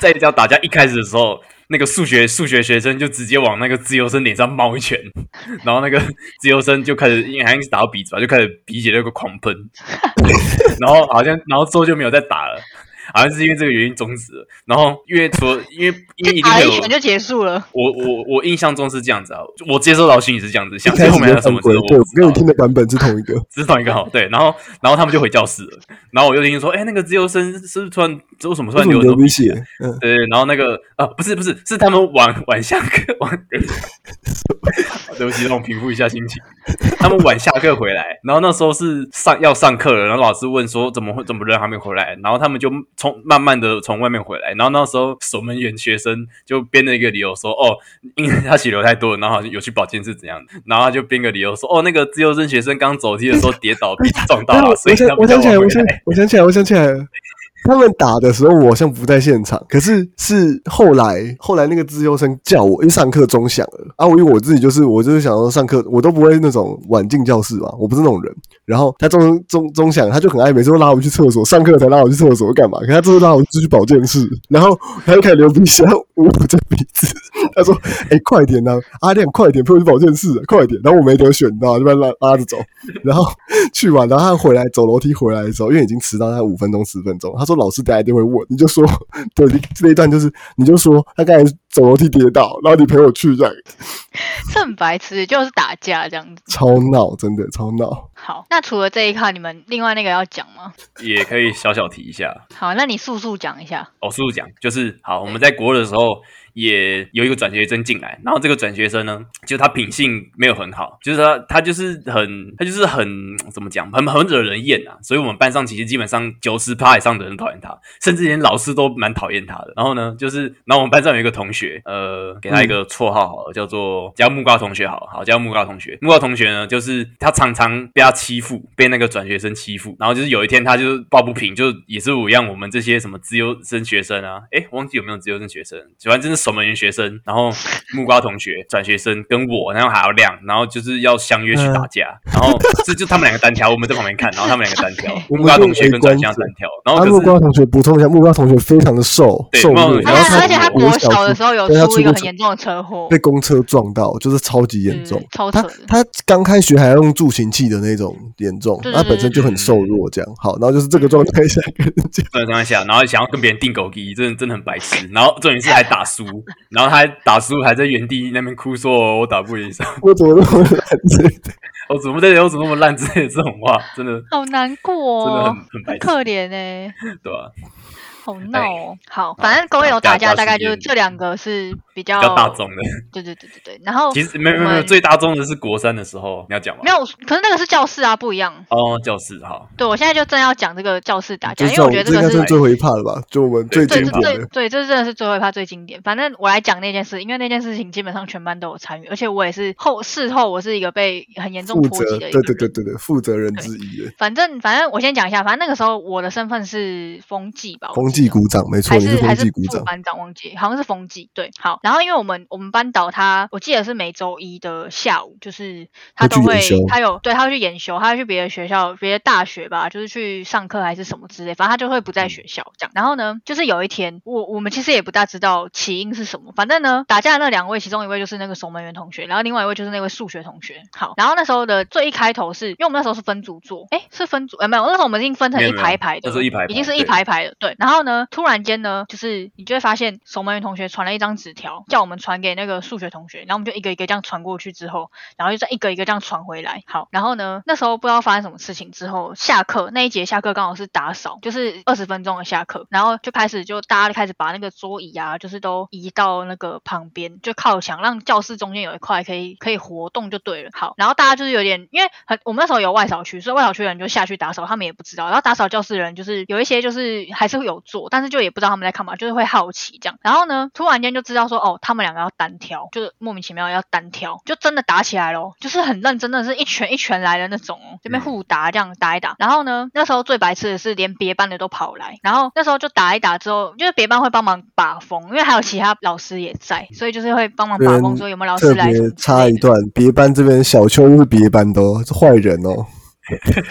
在要打架一开始的时候，那个数学数学学生就直接往那个自由生脸上冒一拳，然后那个自由生就开始，因为好像是打到鼻子吧，就开始鼻血那个狂喷， 然后好像然后之后就没有再打了。好像是因为这个原因终止了，然后因为除了因为因为一
就
定
打
会
了
有
一拳就结束了。
我我我印象中是这样子啊，我接受到讯息是这样子，
一
想
开
最
始
后面还
就
有什
犯
么
规
事，我
对，
不知
跟
道
你听的版本是同一个。
只是同一个好对，然后然后他们就回教室了，然后我就听说，哎、那个自由生是不是突然为什么突
为
然
什么流
流很多
鼻
鼻
血
血？？
嗯，
对，然后那个啊，不是不是，是他们晚晚下课晚，对不起，让我平复一下心情。他们晚下课回来，然后那时候是上要上课了，然后老师问说怎么会怎么人还没回来，然后他们就从慢慢的从外面回来，然后那时候守门员学生就编了一个理由说哦，因为他血流太多了，然后好像有去保健室怎样的，然后他就编个理由说哦，那个自由生学生刚走梯的时候跌 倒，被撞到
我
了，所以
我
他
想我
们才
想起来，
晚
我
回
想
来。
我想起来，我想起来了。他们打的时候，我好像不在现场，可是是后来后来那个自优生叫我，因为上课钟响了啊，我因为我自己就是我就是想要上课，我都不会那种晚进教室嘛，我不是那种人。然后他钟钟钟响，他就很爱每次都拉我去厕所，上课才拉我去厕所干嘛？可他这次拉我去保健室，然后他就开始流鼻血，然后捂我这鼻子，他说：“哎、快点呐、阿亮，快点陪我去保健室，啊快点！”然后我没得选，你知道吗？就被他拉拉着走，然后去完，然后他回来走楼梯回来的时候，因为已经迟到他五分钟十分钟，他说老师等下一定会问，你就说 对，你这一段就是你就说他刚才走楼梯跌倒，然后你陪我去这样，
这很白痴，就是打架这样子。
超闹，真的超闹。
好，那除了这一块，你们另外那个要讲吗？
也可以小小提一下，
好，那你速速讲一下。
哦，叔叔讲就是好，我们在国二的时候也有一个转学生进来，然后这个转学生呢，就是他品性没有很好，就是他他就是很他就是很怎么讲，很很惹人厌啊，所以我们班上其实基本上九十趴以上的人讨厌他，甚至连老师都蛮讨厌他的。然后呢，就是然后我们班上有一个同学，呃，给他一个绰号好了，叫做叫木瓜同学好了，好叫木瓜同学。木瓜同学呢，就是他常常被他欺负，被那个转学生欺负，然后就是有一天他就是抱不平，就也是我让我们这些什么资优生学生啊，诶，忘记有没有资优生学生，反正就是守门员学生，然后木瓜同学、转学生跟我，然后还有亮，然后就是要相约去打 架，然后这就他们两个单挑，我们在旁边看，然后他们两个单挑，
我们
木瓜同学
就围
跟转
观
向
者
单挑，然后
啊，
哦可
木
是
瓜同学补充一下，木瓜同学非常的瘦
对
瘦
木瓜
弱，
同学
然
而
后
他
且
他
而且他
国
国小的时候有
对他
出一
出过
个很严重的车祸
被，公车撞到，就是超级严重。
嗯超
他
扯的
他刚开学还要用助行器的那种严重，
对对
他本身就很瘦弱，这样好，然后就是这个状态下 跟人家
在当下，然后想要跟别人定狗机，真的真的很白痴。然后重点是还打输，然后他还打输，还在原地那边哭说：“我打不赢，
我怎么那么懒？
我怎么在，我怎么那么烂？”之类的这种话，真的
好难过
真的很
哦，
很白痴，
可怜哎、
对吧？
好闹哦。好，反正公
打
有
架
打架，
架
大概
事
就是
件
这两个是比较
比较大众的，
对对对对对。然后
其实没有没有没有，最大众的是国三的时候，你要讲吗
没？有，可是那个是教室啊，不一样。
哦，教室好，
对，我现在就正要讲这个教室打架，
就
因
这
为
种，
我觉得
这应
这
该
个
是
是
最后一 part 了吧？就我们最
对
经
对，
经
这
典
典
的
最。对，这真的是最后一趴最经典。反正我来讲那件事，因为那件事情基本上全班都有参与，而且我也是后事后我是一个被很严重
负
波及
责，
的
对
一
对
个
对
人。
对对，负责人之一耶，
反正反正我先讲一下，反正那个时候我的身份是风纪吧，我
风
记
纪
得
鼓掌，没错，
还
你
是
风
还是
纪鼓
副
掌，
班长忘记，好像是风纪对。好，然后因为我们我们班导他，我记得是每周一的下午，就是他
会去
都会
研修
他有对他会去研修，他会去别的学校、别的大学吧，就是去上课还是什么之类，反正他就会不
嗯
在学校这样。然后呢，就是有一天，我我们其实也不大知道起因是什么，反正呢，打架的那两位，其中一位就是那个守门员同学，然后另外一位就是那位数学同学。好，然后那时候的最一开头是因为我们那时候是分组做，哎，是分组，哎，没有，那时候我们已经分成
没有
一
没有
排一排的
那
了，
时候一排一
已经
排
是一
对
排一排的，对。然后呢，突然间呢，就是你就会发现守门员同学传了一张纸条，叫我们传给那个数学同学，然后我们就一个一个这样传过去之后，然后就再一个一个这样传回来。好，然后呢，那时候不知道发生什么事情之后，下课那一节下课刚好是打扫，就是二十分钟的下课，然后就开始就大家就开始把那个桌椅啊，就是都移到那个旁边，就靠墙，让教室中间有一块可以可以活动就对了。好，然后大家就是有点，因为很我们那时候有外扫区，所以外扫区的人就下去打扫，他们也不知道。然后打扫教室的人就是有一些就是还是会有做，但是就也不知道他们在干嘛，就是会好奇这样。然后呢，突然间就知道说哦，他们两个要单挑，就是莫名其妙要单挑，就真的打起来咯，就是很认真的是一拳一拳来的那种哦，这边
嗯
互打这样打一打。然后呢，那时候最白痴的是连别班的都跑来，然后那时候就打一打之后，就是别班会帮忙把风，因为还有其他老师也在，所以就是会帮忙把风，
跟
说有没有老师
特
来什么
别
之
插
类
一
的
段，别班这边小秋就是别班的哦，是坏人哦，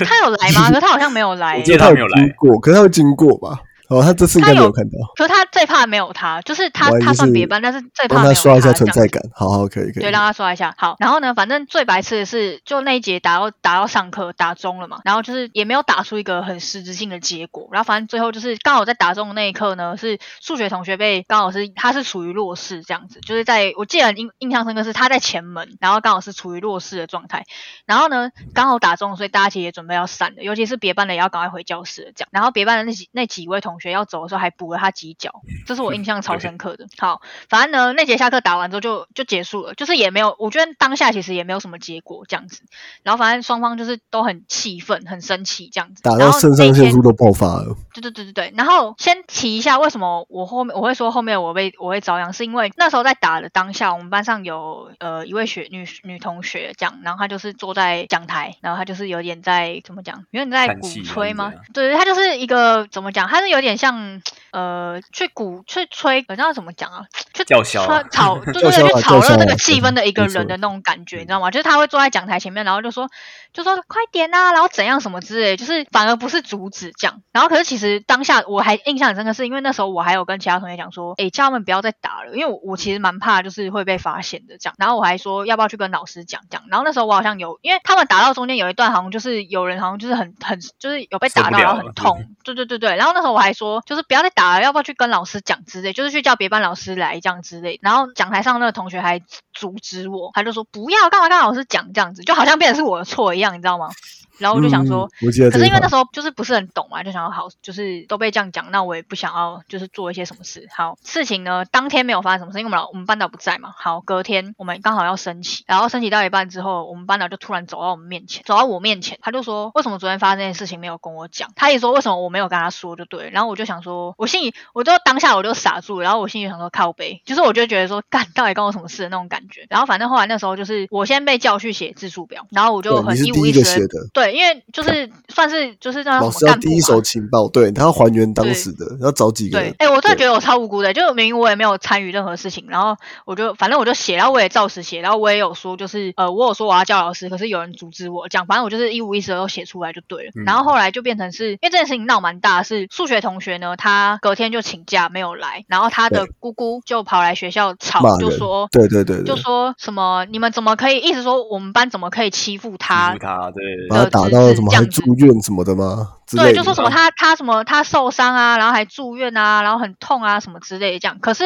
他有来吗？可是他好像没有来、
我
欸
记。得他没有
经
来，
过，可是他会经过吧？哦，他这次应该没有看到，
可是他这趴没有他，就是他
我还
他
就是
算别班，但是这趴
帮
没有
他刷一下
这
存
样
在
子
感。好好，可以可以。
对，让他刷一下。好，然后呢，反正最白痴的是，就那一节打到打到上课打中了嘛，然后就是也没有打出一个很实质性的结果，然后反正最后就是刚好在打中的那一刻呢，是数学同学被刚好是他是处于弱势这样子，就是在我记得很印印象深刻是他在前门，然后刚好是处于弱势的状态，然后呢刚好打中，所以大家其实也准备要散了，尤其是别班的也要赶快回教室了这样，然后别班的那几那几位同学要走的时候还补了他几脚，这是我印象超
对
深刻的。好，反正呢，那节下课打完之后就就结束了，就是也没有，我觉得当下其实也没有什么结果这样子。然后反正双方就是都很气愤、很生气这样子。
打
然
到
后
肾
那
上腺
天
素都爆发了，
对对对对对，然后先提一下为什么我后面我会说后面我被我会遭殃，是因为那时候在打的当下，我们班上有呃一位学女女同学这样，然后她就是坐在讲台，然后她就是有点在怎么讲，有点在
叹
鼓
气
吹
还
吗
是怎样？
对，她就是一个怎么讲，她是有点像呃去鼓去吹，不知道怎么讲啊，去
叫嚣啊
吹 炒，对
叫
对
嚣
对，
啊
去
叫
炒
嚣
热这
啊
个气氛的一个
没错
人的那种感
嗯
觉，你知道吗？就是她会坐在讲台前面，然后就说就说快点啊，然后怎样什么之类，就是反而不是阻止这样。然后可是其实当下我还印象很深刻，是因为那时候我还有跟其他同学讲说，诶，叫他们不要再打了，因为我我其实蛮怕就是会被发现的这样。然后我还说要不要去跟老师讲这样。然后那时候我好像有，因为他们打到中间有一段好像就是有人好像就是很很就是有被打
受
到
不了
然后很痛，对对对对。然后那时候我还说就是不要再打了，要不要去跟老师讲之类，就是去叫别班老师来这样之类。然后讲台上那个同学还阻止我，他就说不要干嘛跟老师讲这样子，就好像变成是我的错一样，你知道吗？然后我就想说，
嗯，我记得
可
这
是
一
因为那
趴，
时候就是不是很懂嘛，就想要好，就是都被这样讲，那我也不想要就是做一些什么事。好，事情呢当天没有发生什么事，因为我们老我们班导不在嘛。好，隔天我们刚好要升旗，然后升旗到一半之后，我们班导就突然走到我们面前，走到我面前，他就说为什么昨天发生这件事情没有跟我讲？他也说为什么我没有跟他说就对了。然后我就想说，我心里我就当下我就傻住了，然后我心里想说靠背，就是我就觉得说干到底关我什么事的那种感觉。然后反正后来那时候就是我先被叫去写字数表，然后我就
对，
很
你是
一五
第
一
一个
十
写
的
的，
对，因为就是算是就是那
老
种
师
什么
要
干
第
部
一
嘛
手情报，对他要还原当
对
时的，要找几个人
对，，哎、我真的
对
觉得我超无辜的，就是明明我也没有参与任何事情，然后我就反正我就写，然后我也照实写，然后我也有说，就是呃，我有说我要叫老师，可是有人阻止我讲，反正我就是一五一十的都写出来就对了。
嗯
然后后来就变成是因为这件事情闹蛮大，是数学同学呢，他隔天就请假没有来，然后他的姑姑就跑来学校
骂
吵，就
人
说。
对对对
就
对，
说什么你们怎么可以一直说我们班怎么可以欺负
嗯
他
欺负他，对，
把他
的
打
侄
到
子
什么
这
还
样子
住院什么的吗？之类
对，
的，
就说什么他他什么他受伤啊，然后还住院啊，然后很痛啊什么之类的这样。可是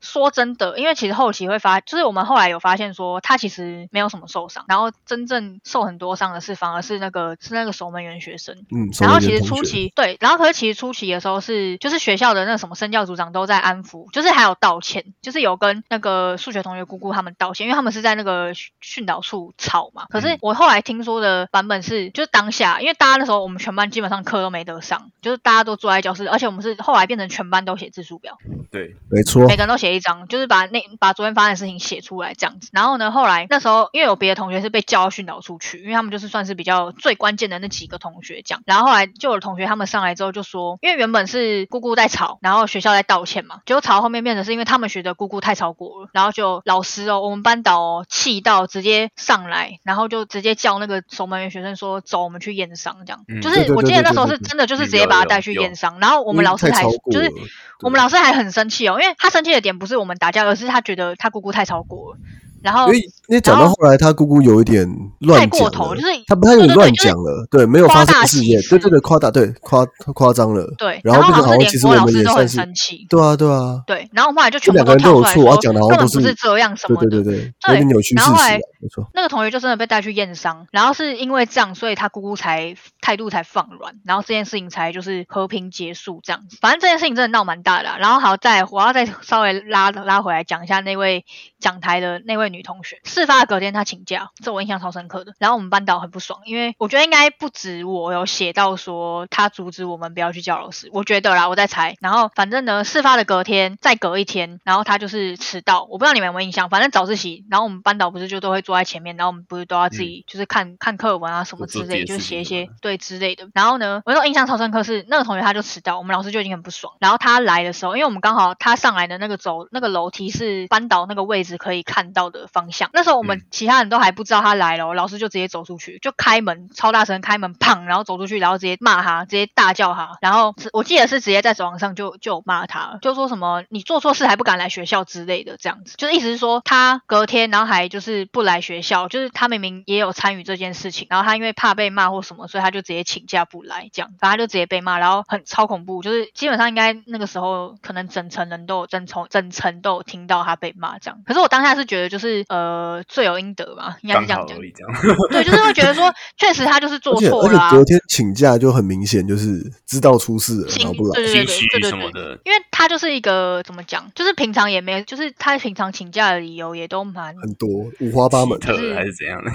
说真的，因为其实后期会发，就是我们后来有发现说他其实没有什么受伤，然后真正受很多伤的是反而是那个是那个守门员学生。
嗯，
然
守门
后其
员
实
同
初
学
期对，然后可是其实初期的时候是，就是学校的那什么身教组长都在安抚，就是还有道歉，就是有跟那个数学同学姑姑他们道歉，因为他们是在那个训训导处吵嘛。可是
嗯
我后来听说的版本是，就是当下，因为大家那时候我们全班基本上课都没得上，就是大家都坐在教室，而且我们是后来变成全班都写字数表，
对，
没错
每，个人都写一张，就是把那把昨天发生的事情写出来这样子。然后呢，后来那时候因为有别的同学是被叫到训导出去，因为他们就是算是比较最关键的那几个同学这样。然后后来就有同学他们上来之后就说，因为原本是姑姑在吵，然后学校在道歉嘛，结果吵到后面变成是因为他们觉得姑姑太超过了，然后就老师哦，我们班导哦气到直接上来，然后就直接叫那个守门员学生说走，我们去验伤这样。
嗯
就
对
是
对
我
对
记得
对
那时候
对
是
对
真的就是直
有
接把
有
他带去
有
验伤，然后我
我
们老师
嗯太
还
超过
就是
了
我们老师还很生气哦，因为他生气的点不是我们打架，而是他觉得他姑姑太超过了，然后
因为因为讲
呃然
到
后
后来，他姑姑有一点乱
太
讲
过
了，
头就是
他不太有
对对对
乱
就是
讲了，对，没有
夸
发生
大
事
其
件，对对
词
对，夸大对夸夸张了，
对，
然
然
后
后
变成
好像
好像
是
其
连
实
国
我
老
们
师
也
都
算
很
是，
生气，
对啊对啊，
对，然后我们后来就
这
全部
两个人
跳
都有
出来
错，我
说
讲的好像
根
都
本
是
不是这样什
对
么
对
的，
对对，有点扭曲
然
事
后
实
后
啊
来，
没错，
那个同学就真的被带去验伤，然后是因为这样，所以他姑姑才态度才放软，然后这件事情才就是和平结束这样子。反正这件事情真的闹蛮大的啊、然后好在我要再稍微拉拉回来讲一下那位讲台的那位女同学，事发的隔天她请假，这我印象超深刻的。然后我们班导很不爽，因为我觉得应该不止我有写到说他阻止我们不要去叫老师，我觉得啦，我在猜。然后反正呢，事发的隔天再隔一天，然后他就是迟到，我不知道你们有没有印象，反正早自习，然后我们班导不是就都会坐在前面，然后我们不是都要自己就是看、看课文啊什么
嗯做
之
自
类，
己的
就
事情
写一
什么
些
的
对之类的。然后呢，我那时候印象超深刻是那个同学他就迟到，我们老师就已经很不爽。然后他来的时候，因为我们刚好他上来的那个走那个楼梯是班导那个位置可以看到的的方向。那时候我们其他人都还不知道他来了哦，老师就直接走出去，就开门，超大声开门，砰，然后走出去，然后直接骂他，直接大叫他，然后是我记得是直接在走廊上就就有骂他，就说什么你做错事还不敢来学校之类的，这样子，就是意思是说他隔天然后还就是不来学校，就是他明明也有参与这件事情，然后他因为怕被骂或什么，所以他就直接请假不来，这样，反正他就直接被骂，然后很超恐怖，就是基本上应该那个时候可能整层人都有整层整层都有听到他被骂这样，可是我当下是觉得就是呃罪有应得嘛，应该是
刚
这
好
样讲
而，已这样。
对，就是会觉得说确实他就是
而
做
且
错
而
了、
且
啊，
昨天请假就很明显，就是知道出事了，然后
心
不来。
对对对
心
对
虚
对对
什么
对
的
因为他就是一个怎么讲，就是平常也没，就是他平常请假的理由也都蛮，
很多五花八门嗯
奇，特还是怎样的？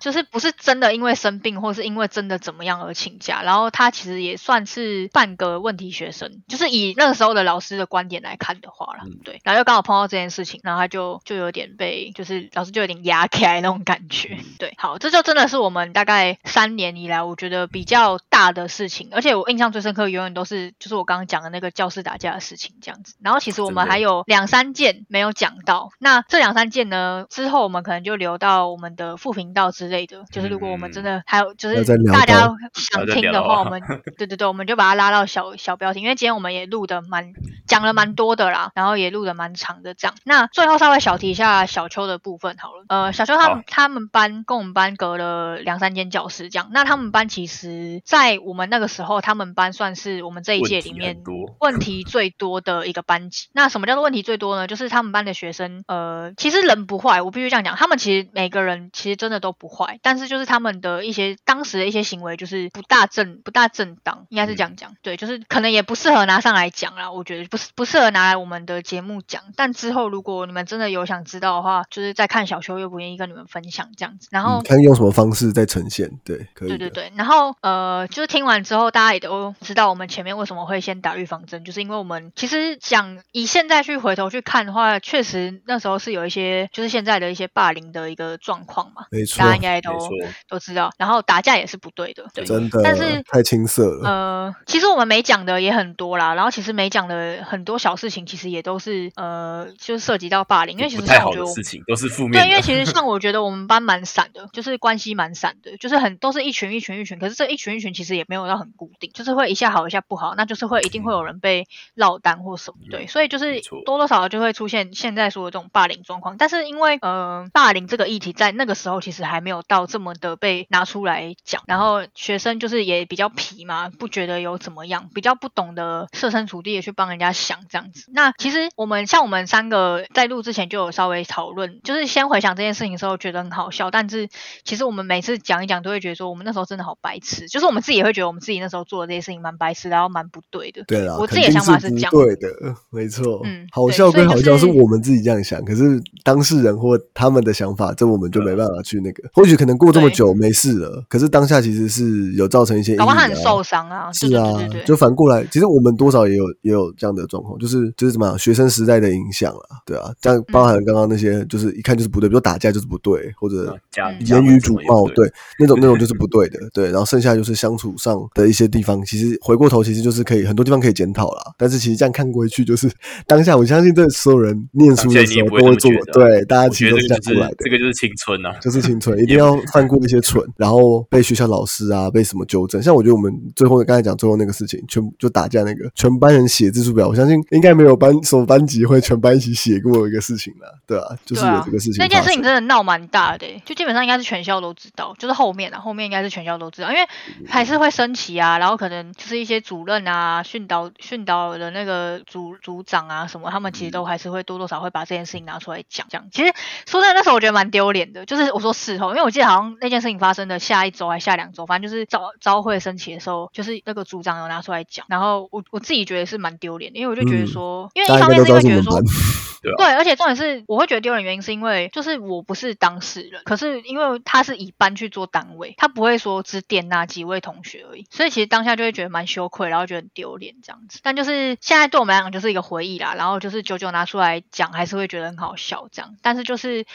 就是不是真的因为生病或是因为真的怎么样而请假，然后他其实也算是半个问题学生，就是以那个时候的老师的观点来看的话啦，对，然后又刚好碰到这件事情，然后他就就有点被，就是老师就有点压起来那种感觉，对，好，这就真的是我们大概三年以来我觉得比较大的事情，而且我印象最深刻永远都是就是我刚刚讲的那个教室打架的事情这样子，然后其实我们
真的
还有。有两三件没有讲到。那这两三件呢，之后我们可能就留到我们的副频道之类的。就是如果我们真的还有就
要
是
再聊
大家
到
想
要再
听的
嗯聊
话，
啊
我 们对对对，我们就把它拉到小小标题，因为今天我们也录的蛮讲了蛮多的啦，然后也录的蛮长的这样。那最后稍微小提一下小秋的部分好了。呃，小秋他们
好啊
他们班跟我们班隔了两三间教室这样。那他们班其实，在我们那个时候，他们班算是我们这一
问
届
题
里
很
面
多
问题最多的一个班级。那什么叫做问题最多呢？就是他们班的学生，呃，其实人不坏，我必须这样讲，他们其实每个人其实真的都不坏，但是就是他们的一些当时的一些行为就是不大正不大正当，应该是这样讲，对，就是可能也不适合拿上来讲啦，我觉得不是不适合拿来我们的节目讲。但之后如果你们真的有想知道的话，就是再看小修又不愿意跟你们分享这样子，然后
嗯。看用什么方式再呈现，对，可以
对
的。
对对，然后呃，就是听完之后，大家也都知道我们前面为什么会先打预防针，就是因为我们其实讲以现在去回头去看的话，确实那时候是有一些就是现在的一些霸凌的一个状况嘛，
没错
大，家应该
啊没
都
错，
都知道。然后打架也是不对的，对。
真的
但是
太青涩了。
呃，其实我们没讲的也很多啦，然后其实没讲的很多小事情，其实也都是呃，就是涉及到霸凌，因为其
不
实
太
像我
好
觉得
的
我们
事情都是负面
对，因为
的。
其实像我觉得我们班蛮散的，就是关系蛮散的，就是很都是一群一群一群，可是这一群一群其实也没有到很固定，就是会一下好一下不好，那就是会一定会有人被落单或什么，对，所以就是
嗯没错
多多少少就会出现现在说的这种霸凌状况。但是因为呃霸凌这个议题在那个时候其实还没有到这么的被拿出来讲，然后学生就是也比较皮嘛，不觉得有怎么样，比较不懂得设身处地的去帮人家想这样子。那其实我们像我们三个在录之前就有稍微讨论，就是先回想这件事情的时候觉得很好笑，但是其实我们每次讲一讲都会觉得说我们那时候真的好白痴，就是我们自己也会觉得我们自己那时候做的这些事情蛮白痴的，然后蛮不对的。
对啦，
我自己
肯
的
定
想法
是
是这样
不对的， 没错。
嗯
好
对
笑
所
归
以就
好笑，是
是
我们自己这样想，可是当事人或他们的想法，这我们就没办法去那个。或许可能过这么
嗯对
久没事了，可是当下其实是有造成一些阴
搞
影
不好他很
啊。
受伤啊，对
是啊
对对对，对
就反过来，其实我们多少也有也有这样的状况，就是就是什么啊学生时代的影响啦，对啊，但
嗯
包含刚刚那些，就是一看就是不对，比如打架就是不对，或者
家
嗯
言语
主
辱骂，对，那种那种 就是不对的，对。然后剩下就是相处上的一些地方，其实回过头其实就是可以很多地方可以检讨啦。但是其实这样看过去，就是 当下我相信这所有人念书的
当下你
时
也
候
不会
都会
这
做
么觉，得啊
对，大家
我
其
觉
实
得
都
这
这样
个就
过来
是
的
这。个就是青春啊，
就是青 春，一定要犯过那些蠢，然后被学校老师啊，被什么纠正。像我觉得我们最后刚才讲最后那个事情，全就打架那个，全班人写字数表，我相信应该没有班什么班级会全班一起写过一个事情啦，对啊，就是有
啊
这个事情、发
那件事
生
情真的闹蛮大的欸、就基本上应该是全校都知道，就是后面啊，后面应该是全校都知道，因为还是会升旗啊，然后可能就是一些主任啊、训导训导的那个组组长啊什么，他们其
嗯
实都还是会多多少少会把这件事情拿出来讲讲。其实说真的，那时候我觉得蛮丢脸的，就是我说事后，因为我记得好像那件事情发生的下一周还下两周，反正就是招招会升旗的时候，就是那个组长有拿出来讲，然后我我自己觉得是蛮丢脸的，因为我就觉得
嗯
说，因为
大
一
家
方
应该
面
都
是
知道是我
因为觉得
们
说
班。
对，而且重点是，我会觉得丢人原因是因为，就是我不是当事人，可是因为他是以班去做单位，他不会说只点哪几位同学而已，所以其实当下就会觉得蛮羞愧，然后觉得很丢脸这样子。但就是现在对我们来讲就是一个回忆啦，然后就是久久拿出来讲，还是会觉得很好笑这样。但是就是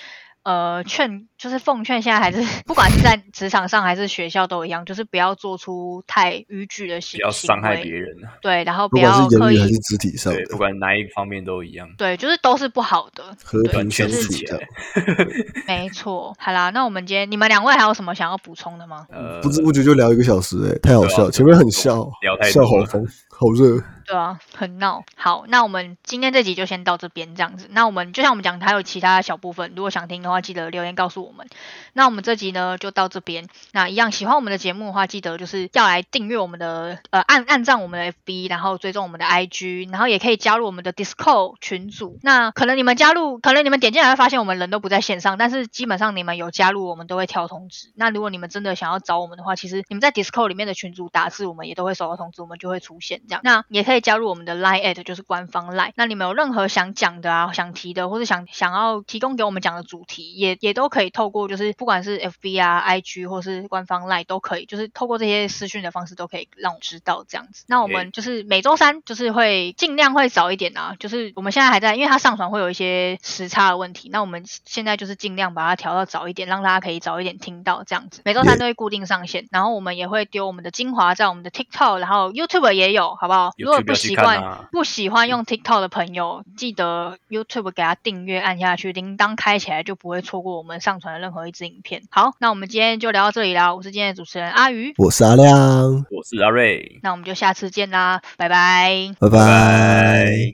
呃劝，就是奉劝现在还是 不管是在职场上还是学校都一样，就是不要做出太逾矩的
不
行
要伤害
行
别
为，
人啊，
对，然后
不
不
管
要
是
刻
言语
意
还是肢体上
对，不
的
管哪一方面都一样，
对，就是都是不好的，
和
对
平
就
相
是
处
全世界
这样。
没错。好啦，那我们今天你们两位还有什么想要补充的吗？
呃，
不知不觉就聊一个小时、欸，哎，太好
对啊
笑了，前面很笑
聊太，
笑
多
好
了
疯，好热。
对啊，很闹。好，那我们今天这集就先到这边这样子。那我们就像我们讲，还有其他小部分，如果想听的话，记得留言告诉我们。那我们这集呢就到这边。那一样喜欢我们的节目的话，记得就是要来订阅我们的呃按按赞我们的 FB，然后追踪我们的 IG，然后也可以加入我们的 Discord 群组。那可能你们加入，可能你们点进来会发现我们人都不在线上，但是基本上你们有加入，我们都会跳通知。那如果你们真的想要找我们的话，其实你们在 Discord 里面的群组打字，我们也都会收到通知，我们就会出现这样。那也可以加入我们的 Line at，就是官方 Line。那你们有任何想讲的啊、想提的，或者想想要提供给我们讲的主题，也也都可以透过就是不管是 FB 啊、IG 或是官方 Line 都可以，就是透过这些私讯的方式都可以让我知道这样子。那我们就是每周三就是会尽量会早一点啊，就是我们现在还在，因为它上传会有一些时差的问题，那我们现在就是尽量把它调到早一点，让大家可以早一点听到这样子。每周三
Yeah
都会固定上线，然后我们也会丢我们的精华在我们的 TikTok，然后 YouTube 也有，好不好？如果
YouTube
不
要去
习
看
惯、
啊
不喜欢用 TikTok 的朋友，记得 YouTube 给它订阅按下去，铃铛开起来就不会错过我们上传的任何一支影片。好，那我们今天就聊到这里啦，我是今天的主持人阿鱼，
我是阿亮，
我是阿瑞，
那我们就下次见啦，拜拜。
拜
拜拜。